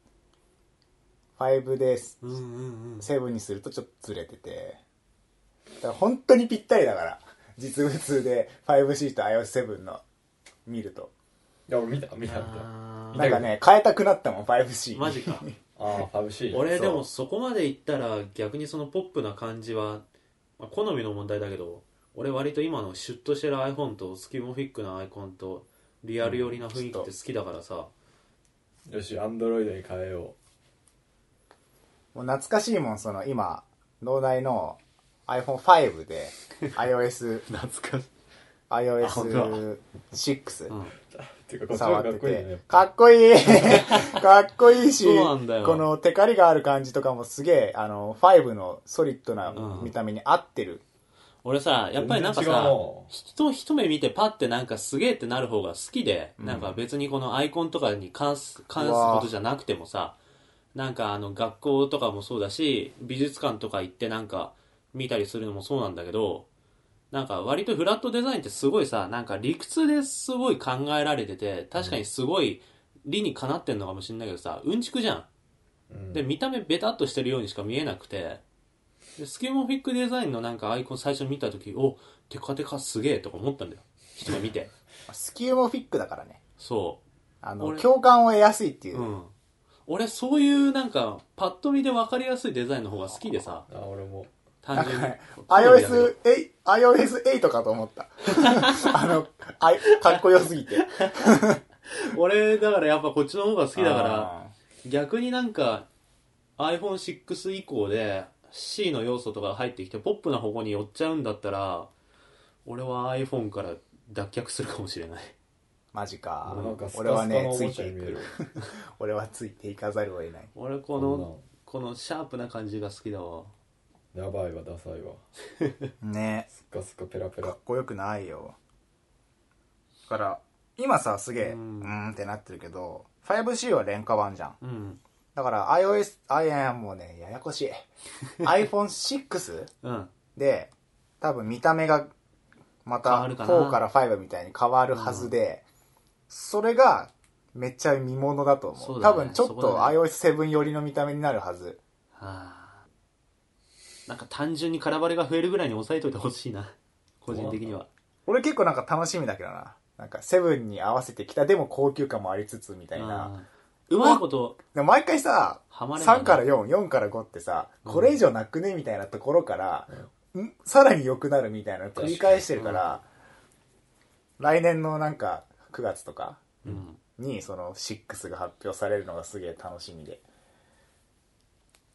う5でうんうんうん7にするとちょっとずれててだから本当にぴったりだから実物で 5C と iOS7 の見るといや俺見た見た見たあなんかね変えたくなったもん 5C ーマジかああ 5C 俺そうでもそこまでいったら逆にそのポップな感じは、まあ、好みの問題だけど俺割と今のシュッとしてる iPhone とスキモフィックなアイコンとリアル寄りな雰囲気って好きだからさ、よしアンドロイドに変えよ *laughs* もう懐かしいもんその今農大の iPhone5 *laughs* で iOS 懐かしい iOS6 うん、うっていうかこっちの触方っがかてっこいいよてねかっこいい *laughs* かっこいいしそうなんだよこのテカリがある感じとかもすげえあの5のソリッドなうん見た目に合ってる、俺さやっぱりなんか全然違うさな人一目見てパッてなんかすげえってなる方が好きで、なんか別にこのアイコンとかに関す関すことじゃなくてもさなんかあの学校とかもそうだし美術館とか行ってなんか見たりするのもそうなんだけどなんか割とフラットデザインってすごいさなんか理屈ですごい考えられてて確かにすごい理にかなってんのかもしれないけどさうんちくじゃんうんで見た目ベタっとしてるようにしか見えなくてでスキモフィックデザインのなんかアイコン最初見た時おテカテカすげえとか思ったんだよ人が見てスキューモフィックだからねそあの俺共感を得やすいっていうう、うん俺そういうなんかパッと見で分かりやすいデザインの方が好きでさあ俺もな単んか純にね好みだけど iOS8 iOS8 かと思った *laughs* あのあいかっこよすぎて好俺だからやっぱこっちの方が好きだから逆になんか iPhone6 以降で C の要素とか入ってきてポップな方向に寄っちゃうんだったら俺は iPhone から脱却するかもしれないマジかなんかス俺カはスカねのおつもいちゃてにい見えるく俺はついていかざるを得ない俺ここんのこのシャープな感じが好きだわなんやばいわダサいわねスカスカペラペかラっこよくないよだから今さすげえううーんんってなってるけど 5C は廉価版じゃんうんだから iOS あいやいやもうねやや *laughs* こしい iPhone6 うんで多分見た目がま変たわるかな4から5みたいに変わるはずで、それがめっちゃ見ものだと思そううだ多ね分ちょっそことだね iOS7 寄りの見た目になるはずはあなんか単純に空張りが増えるぐらいに抑えといてほしいな個人的には俺結構なんか楽しみだけどななんか7に合わせてきたでも高級感もありつつみたいな、うんうまいことでも毎回さ、はまればね3から4、4から5ってさ、これ以上なくねみたいなところから、んさらに良くなるみたいなの繰り返してるから、来年のなんか9月とかうんにその6が発表されるのがすげえ楽しみで。っ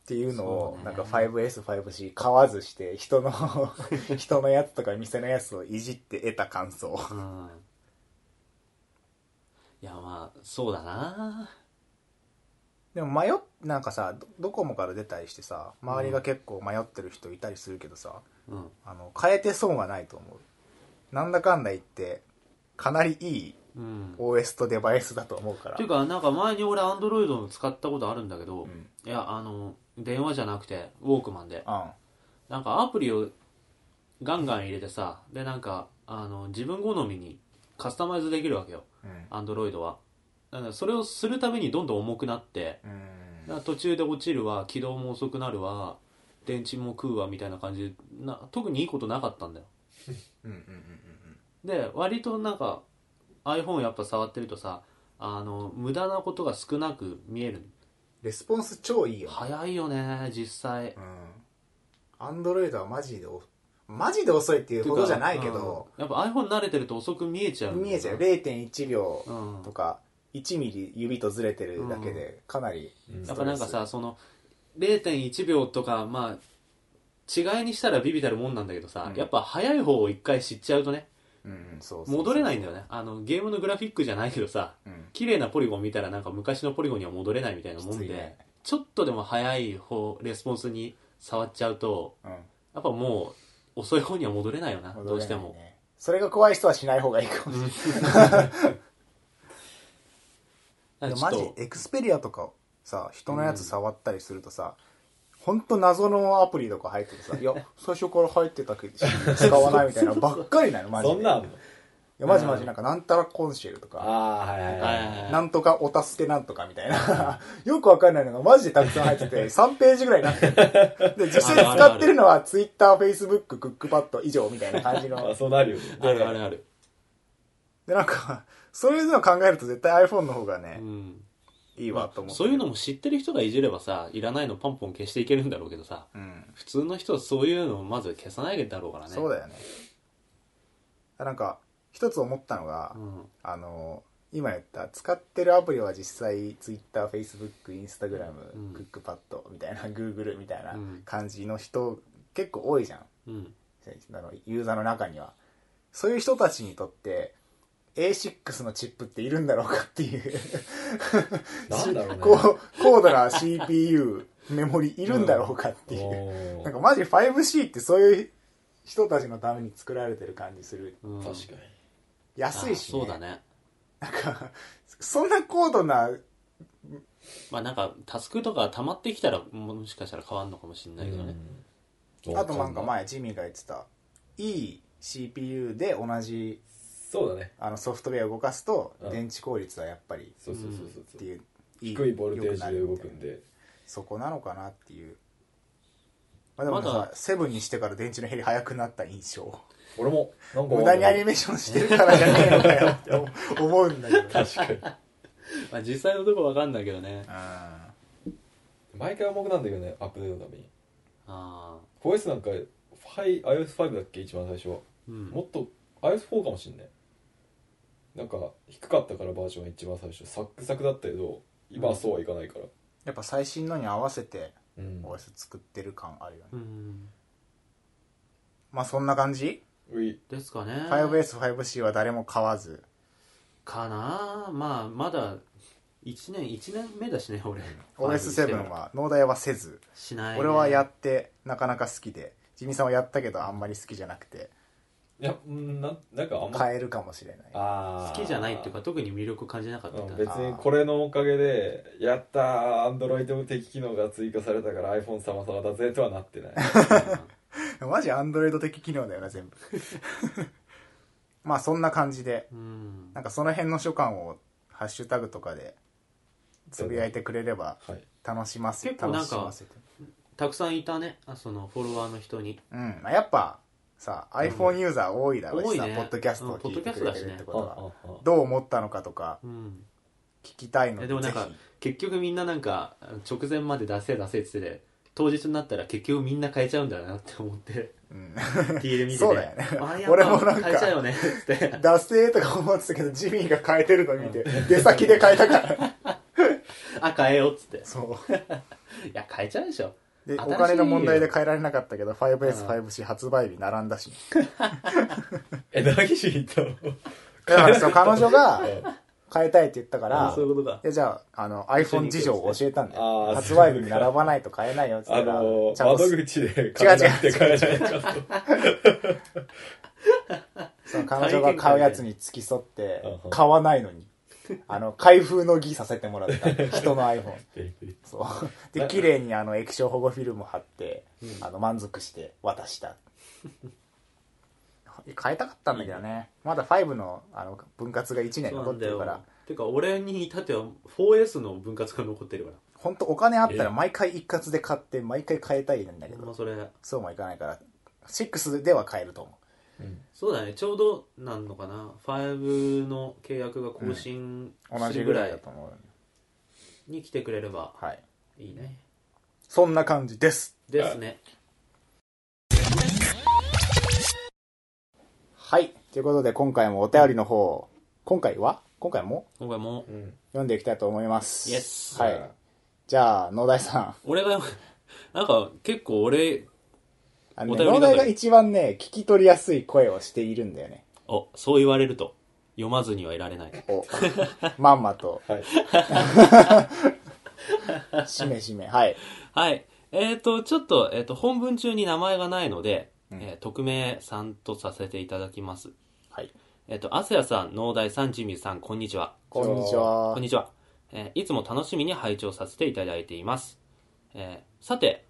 ていうのをそうなだんねか 5S、5C 買わずして人 *laughs* の人のやつとか店のやつをいじって得た感想。うんいやまあそうだなでも迷っなんかさどドコモから出たりしてさ周りが結構迷ってる人いたりするけどさ、うんあの変えて損はないと思うなんだかんだ言ってかなりいいうんっ OS とデバイスだと思うからていうかなんか前に俺アンドロイドの使ったことあるんだけど、うんいやあの電話じゃなくてウォークマンでうんなんかアプリをガンガン入れてさでなんかあの自分好みにカスタマイズできるわけようんアンドロイドはだからそれをするためにどんどん重くなってうんだから途中で落ちるわ起動も遅くなるわ電池も食うわみたいな感じでな特にいいことなかったんだよ *laughs* うんうんうんで割となんか iPhone やっぱ触ってるとさあの無駄なことが少なく見えるレスポンス超いいよ、早いよね実際うんアンドロイドはマジでおマジで遅いっていうほどじゃないけど、うんやっぱ iPhone 慣れてると遅く見えちゃう見えちゃう0.1秒うんとか1ミリ指とずれてるだけでかなりうんやっぱなんかさその0.1秒とかまあ違いにしたらビビたるもんなんだけどさ、うんやっぱ早い方を一回知っちゃうとねうんうんそうそうそう戻れないんだよねあのゲームのグラフィックじゃないけどさうん綺麗なポリゴン見たらなんか昔のポリゴンには戻れないみたいなもんで、きついねちょっとでも早い方レスポンスに触っちゃうとうんやっぱもう遅い方には戻れないよな戻れないねどうしてもそれが怖い人はしない方がいいかもしれないなんでもかちょっマジとエクスペリアとかをさ人のやつ触ったりするとさ、ほんと謎のアプリとか入ってて *laughs* さ「いや最初から入ってたけど使わない」みたいなばっかり *laughs* なのマジでそんなんあんいのやマジマジなんかなんたらコンシェルとか、あーはいはいはいはいはいなんとかお助けなんとかみたいな *laughs* よくわかんないのがマジでたくさん入ってて3 *laughs* ページぐらいになってるで実際使ってるのは TwitterFacebook クックパッド以上みたいな感じあ *laughs* のそうなるよねあるあるあるでなんかそういうのを考えると絶対 iPhone の方がねう、んいいわと思って、そういうのも知ってる人がいじればさいらないのポンポン消していけるんだろうけどさうん普通の人はそういうのをまず消さないだろうからねそうだだよねなんか一つ思ったのが、うんあの今言った使ってるアプリは実際 TwitterFacebook、Instagram、うんクックパッドみたいな Google みたいなうん感じの人結構多いじゃんうんあのユーザーの中にはそういう人たちにとって A6 のチップっているんだろうかっていうなんだろうねこう高度な CPU メモリいるんだろうかっていう、おーなんかマジ 5C ってそういう人たちのために作られてる感じする。うん確かに安いし、ね。あそうだねそんな高度な、まあなんかタスクとか溜まってきたらもしかしたら変わんのかもしれないけどねうんあとなんか前ジミーが言ってた、いい CPU で同じそうだねあのソフトウェアを動かすとう、ん電池効率はやっぱりそうそうそうそうっていう、いい低いボルテー良くなジでる動みたくいなんでそこなのかなっていう。まあでもまさだ、セブンにしてから電池の減り早くなった印象。俺もなんか無駄にアニメーションしてるからじゃねえのかよって思思うんだけど。 *laughs* うん。確かにまあ実際のとこわかんないけどねあ毎回重くなんだけどねアップデートのたびにああ OS なんか5 iOS5 だっけ一番最初はうんもっと iOS4 かもしんないなんか低かったからバージョンが一番最初サックサクだったけど今はそうはいかないからやっぱ最新のに合わせてうん OS 作ってる感あるよね。うんまあそんな感じういですかね 5S、5C は誰も買わず。かなまあまだ1年1年目だしね *laughs* 俺 OS7 は、農大はせず、しない、ね、俺はやってなかなか好きで、ジミさんはやったけどあんまり好きじゃなくて、いやうんなんなんかあんま買えるかもしれない。あ好ーきじゃないっていうか特に魅力感じなかったうんん別だにこれのおかげでやったーアンドロイド的機能が追加されたから iPhone 様々だぜとはなっ *laughs* てないマジアンドロイド的機能だよな、 *laughs* 全部。まあそんな感じで、うんなんかその辺の書簡をハッシュタグとかでつぶやいてくれればはい楽します結構なんか楽しませてたくさんいたねあそのフォロワーの人にうん。まあやっぱさ、iPhone ユーザー多いだろうしさ、多いねポッドキャストを聞いてくれてるってことうんうんは、うんどう思ったのかとか、うん聞きたいのえでもなんかぜひ結局みんななんか直前まで出せ出せっつってて当日になったら結局みんな変えちゃうんだなって思ってうん。 TL 見ててそうだよねあや俺っもなぱんか変えちゃうよねっつってダセーとか思ってたけど、ジミーが変えてるの見て、出先で変えたから。あ変えようっつってそいや変えちゃうでしょう。で、新おしい金の問題で変えられなかったけど、5S、5C 発売日並んだし。え何しに行ったのだからさ、彼女が変えたいって言ったから、そういうことかいやじゃあ、あの、iPhone 事情を教えたんだよ。あー発売日に並ばないと買えないよって言あったら、のちー、ゃんと窓口で買えなくて買えないかその彼女が買うやつに付き添ってうんうん、買わないのに。あの、開封の儀させてもら *laughs* った。人の iPhone。そう。で、綺麗にあの、液晶保護フィルム貼って、あの、満足して渡 *laughs* した。変えたかったんだけどね。まだ5の、あの、分割が1年そうな残っんてだるからよ、てか俺に至っては 4S の分割が残ってるか本当お金あったら毎回一括で買って、毎回変えたいんだけらまあど、それそうもいかないから、6では買えると思う。そうだねちょうどなんのかな5の契約が更新同すじるぐぐららいだいと思う。に来てくれればはい。いいねそんな感じです。ですねはい。ということで、今回もお便りの方を、今回は今回も今回もうん読んでいきたいと思います。イエスはい。じゃあ、農大さん。俺が *laughs* なんか結構俺あのねお便農りの大中でが一番ね、聞き取りやすい声をしているんだよね。おそう言われると読まずにはいられないお *laughs* まんまと、はいしめしめ。はい。はいえっ、とちょっと,、えー、と本文中に名前がないので、えー匿名さんとさせていただきますはいえっと、アセヤさん、農大さん、ジミーさん、こんにちは。こんにちはこんにちは、えーいつも楽しみに拝聴させていただいています。えーさて、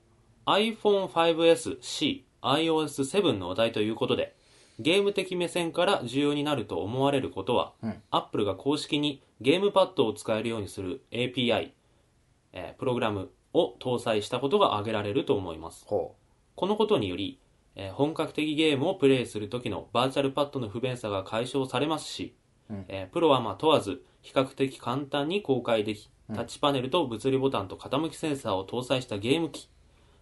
iPhone5SC、iOS7 のお題ということで、ゲーム的目線から重要になると思われることは、うん Apple が公式にゲームパッドを使えるようにする API、えープログラムを搭載したことが挙げられると思います。ほこのことにより、えー本格的ゲームをプレイする時のバーチャルパッドの不便さが解消されますし、うんえープロはまあ問わず比較的簡単に公開でき、うんタッチパネルと物理ボタンと傾きセンサーを搭載したゲーム機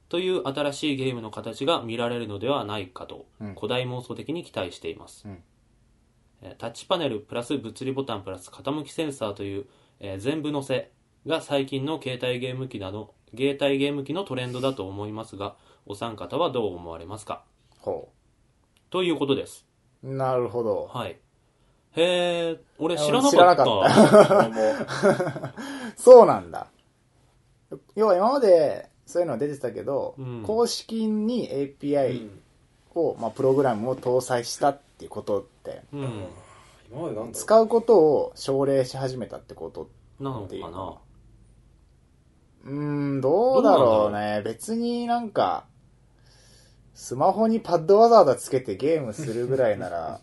という新しいゲームの形が見られるのではないかと、うん古代妄想的に期待しています、うんえータッチパネルプラス物理ボタンプラス傾きセンサーという、えー全部のせが最近の携帯ゲーム機など携帯ゲーム機のトレンドだと思いますがお三方はどう思われますかうほということですうなるほどはいへえ俺知ら知らななかかっったた俺もそうなんだ。要は今までそういうのは出てたけど、うん公式に API うんを、まあ、プログラムを搭載したっていうことって、うん今までなんだろ使うことを奨励し始めたってこと、なのっていうかなのうーん、どうだろうね。別になんか、スマホにパッドわざわざつけてゲームするぐらいな *laughs* ら、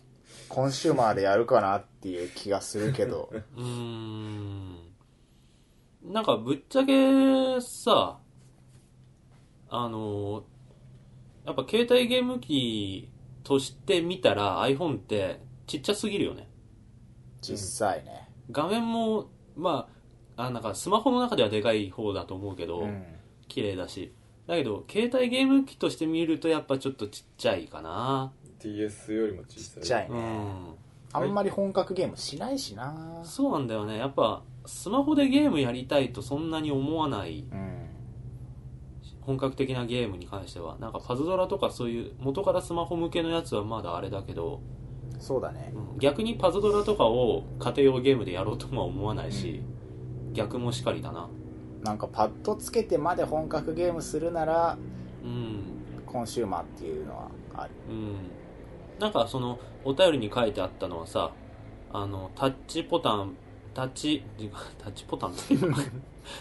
コンシューマーでやるかなっていう気がするけ *laughs* ど、うーんなんかぶっちゃけさあのやっぱ携帯ゲーム機として見たら iPhone ってちっちゃすぎるよね実際ね。画面もまああなんかスマホの中ではでかい方だと思うけど、うん。綺麗だしだけど携帯ゲーム機として見るとやっぱちょっとちっちゃいかな、う DS よりも小さちいっちゃいうね。んあんまり本格ゲームしないしなそうなんだよねやっぱスマホでゲームやりたいとそんなに思わないうん。本格的なゲームに関してはなんかパズドラとかそういう元からスマホ向けのやつはまだあれだけど、そうだね。うん逆にパズドラとかを家庭用ゲームでやろうとも思わないし、逆もしかりだななんかパッドつけてまで本格ゲームするならうんコンシューマーっていうのはあるうん、なんかそのお便りに書いてあったのはさあのタッチボタンタッチ *laughs* 違うタッチボタンって言うの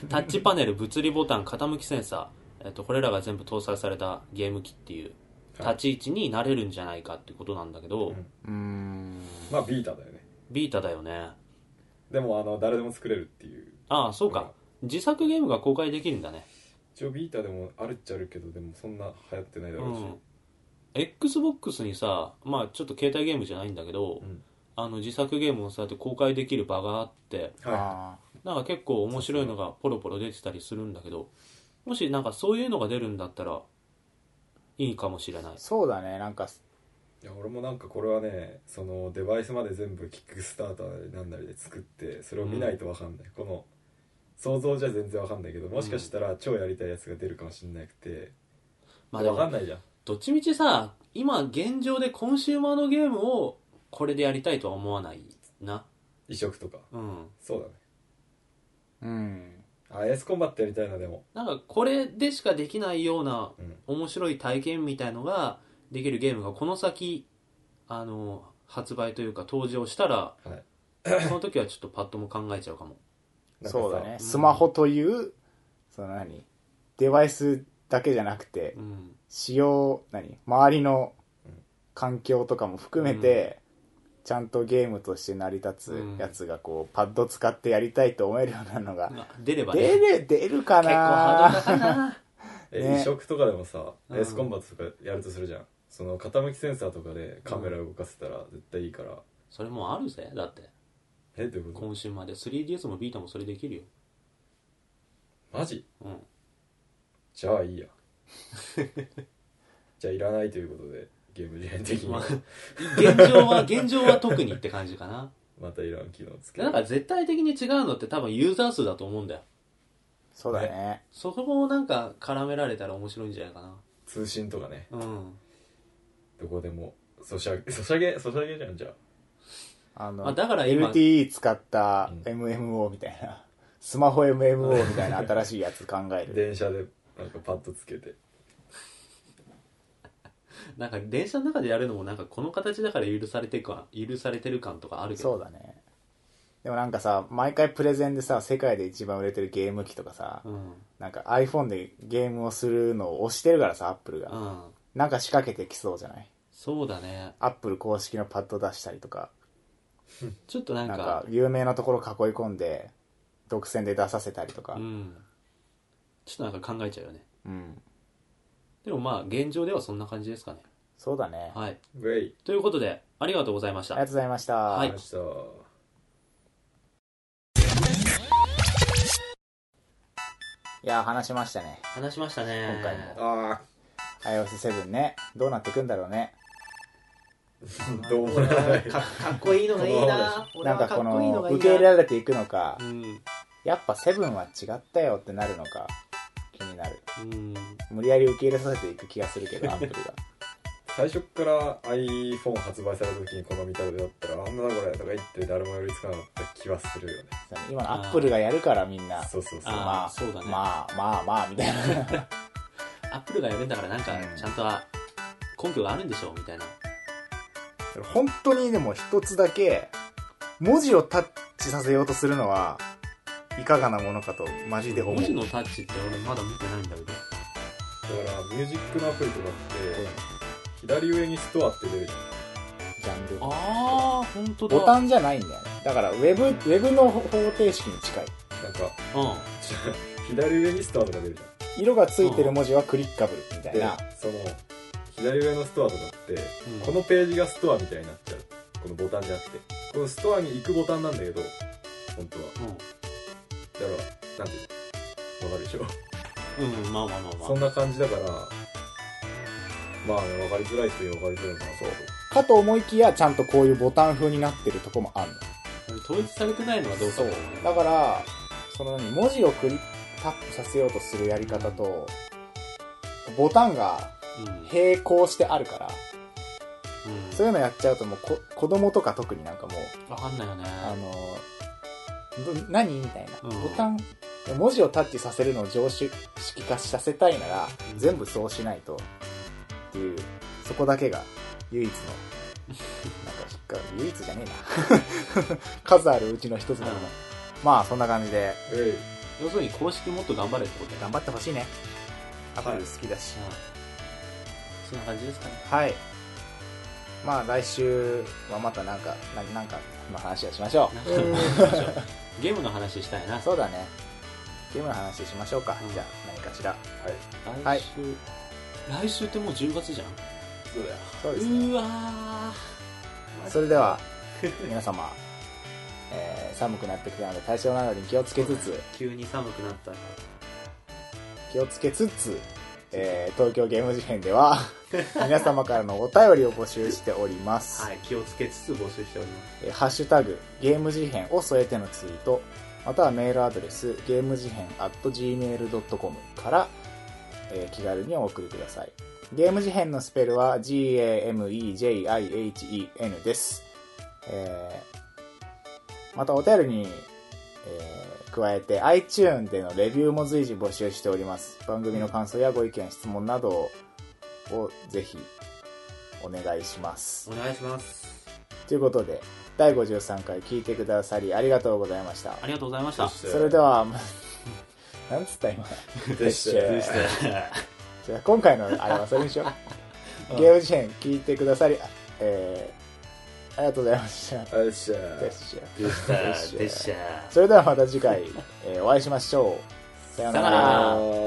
タッチパネル物理ボタン傾きセンサー、えっと、これらが全部搭載されたゲーム機っていうはい立ち位置になれるんじゃないかってことなんだけど、うんうーんまあビータだよねビータだよねでもあの誰でも作れるっていうああそうか、自作ゲームが公開できるんだね一応ビータでもあるっちゃあるけどでもそんな流行ってないだろうし、 XBOX にさまあちょっと携帯ゲームじゃないんだけど、うんあの自作ゲームをそうやって公開できる場があってあはなんか結構面白いのがポロポロ出てたりするんだけどもしなんかそういうのが出るんだったらいいかもしれないーそうだねなんかい、いや俺もなんかこれはねそのデバイスまで全部キックスターターなりなんなりで作ってそれを見ないとわかんない、この想像じゃ全然わかんないけどもしかしたら超やりたいやつが出るかもしんなくて、まあでわかもんないじゃんどっちみちさ今現状でコンシューマーのゲームをこれでやりたいとは思わないな移植とかうんそうだねうんあエースコンバットやりたいなでもなんかこれでしかできないようなうん面白い体験みたいのができるゲームがこの先あの発売というか登場したらはいその時はちょっとパッとも考えちゃうかもなんかさそうだねうんスマホというその何デバイスだけじゃなくてうん使用何周りのうん環境とかも含めて、ちゃんとゲームとして成り立つやつがこうパッド使ってやりたいと思えるようなのが、まあ出ればね出結る出るか構ハなードル高いなえ、ね移植とかでもさ、うんエースコンバットとかやるとするじゃんその傾きセンサーとかでカメラ動かせたら絶対いいから、それもうあるぜだってえどういうこ今週まで 3DS もビータもそれできるよとマジうんじゃあいいや *laughs* じゃあいらないということでゲーム理念的にまはあ現状は現状は特にって感じかなまたいらん機能つけでなんか絶対的に違うのって多分ユーザー数だと思うんだよそうだねそこをなんか絡められたら面白いんじゃないかな通信とかねうんどこでもソシャゲソシャゲソシャゲじゃんじゃああの、まあだから今 LTE 使ったうん MMO みたいな、スマホ MMO みたいな新しいやつ考える。電車でなんかパッとつけてなんか電車の中でやるのもなんかこの形だから許されてか許されてる感とかあるけどそうだねでもなんかさ毎回プレゼンでさ世界で一番売れてるゲーム機とかさ、うんうんなんか iPhone でゲームをするのを押してるからさアップルが、なんか仕掛けてきそうじゃないそうだねアップル公式のパッド出したりとかちょっとなんなかんか有名なところ囲い込んで独占で出させたりとかうんちょっとなんか考えちゃうよねうんでもまあ現状ではそんな感じですかねそうだね、はいウェイということでありがとうございましあたりがとうございました、はいましたいや話しましたね話しましたね今回も *laughs* あ iOS7 ねどうなってくんだろうね *laughs* あどうもないかかっこいいのがいいな俺なんかはかこっこいいののがいい受なけ入れられていくのかうんやっぱセブンは違ったよってなるのか気になるうん無理やり受け入れさせていく気がする *laughs* けどアップルが最初っから iPhone 発売された時にこの見た目だったらあんなだこれとか言って誰も寄りつかなかった気はするよねその今のアップルがやるからみんなそうそうそあうーまあそうだねまあまあまあみたいなアップルがやるんだからなんかうんちゃんとは根拠があるんでしょうみたいな本当にでも一つだけ文字をタッチさせようとするのはいかがなものかとマジで思う文字のタッチって俺まだ見てないんだけどだからミュージックのアプリとかって左上にストアって出るじゃんジャンルああ本当だボタンじゃないんだよねだからウェブウェブの方程式に近いなんか *laughs* うん左上にストアとか出るじゃ色がついてる文字はクリッカブルみたいなんでその左上のストアとかってうんこのページがストアみたいになっちゃうこのボタンじゃなくてこのストアに行くボタンなんだけど本当はだからなんていうのわかるでしょうん、うん、まあまあまあまあそんな感じだからまあねわかりづらい人にはわかりづらいかなそうかと思いきやちゃんとこういうボタン風になってるとこもあるの統一されてないのはどうかそもうねだからその何文字をクリッタップさせようとするやり方とボタンがうん並行してあるからうんそういうのやっちゃうともうこ子供とか特になんかもうわかんないよねあのど何みたいなうんボタン文字をタッチさせるのを常識化させたいならうん全部そうしないとっていうそこだけが唯一 *laughs* のなんか引っかかる唯一じゃねえな *laughs* 数あるうちの一つなのうんまあそんな感じでえい要するに公式もっと頑張れってことや頑張ってほしいねアップル好きだしうんそんな感じですかねはい、まあ来週はまたなんかななんかの話をしましょなんかゲームの話したいなうそうだねゲームの話しましょうか、うんじゃあ何かしらはいはい来週来週ってもう10月じゃんそうだよそううですねーわそれでは皆様、 *laughs* えー寒くなってきたので体調などに気をつけつつー急に寒くなったね気をつけつつ、えー東京ゲーム事変で *laughs* は皆様からのお便りを募集しております、はい気をつけつつ募集しておりますえーハッシュタグゲーム事変を添えてのツイートまたはメールアドレスゲーム事変 at gmail.com から、えー気軽にお送りくださいゲーム事変のスペルは GAMEJIHEN です、えーまたお便りに、えー加えて iTune でのレビューも随時募集しております番組の感想やご意見質問などをぜひお願いしますお願いしますということで第53回聞いてくださりありがとうございましたありがとうございましたそれでは *laughs* なんつった今でしたよでしたじゃあ今回のあれはそれにしよ *laughs* うゲーム事変聞いてくださりあえー、ありがとうございま *laughs* したあれっしゃーでしょでしたでしたそれではまた次回、えーお会いしましょうさようなさよらうならあー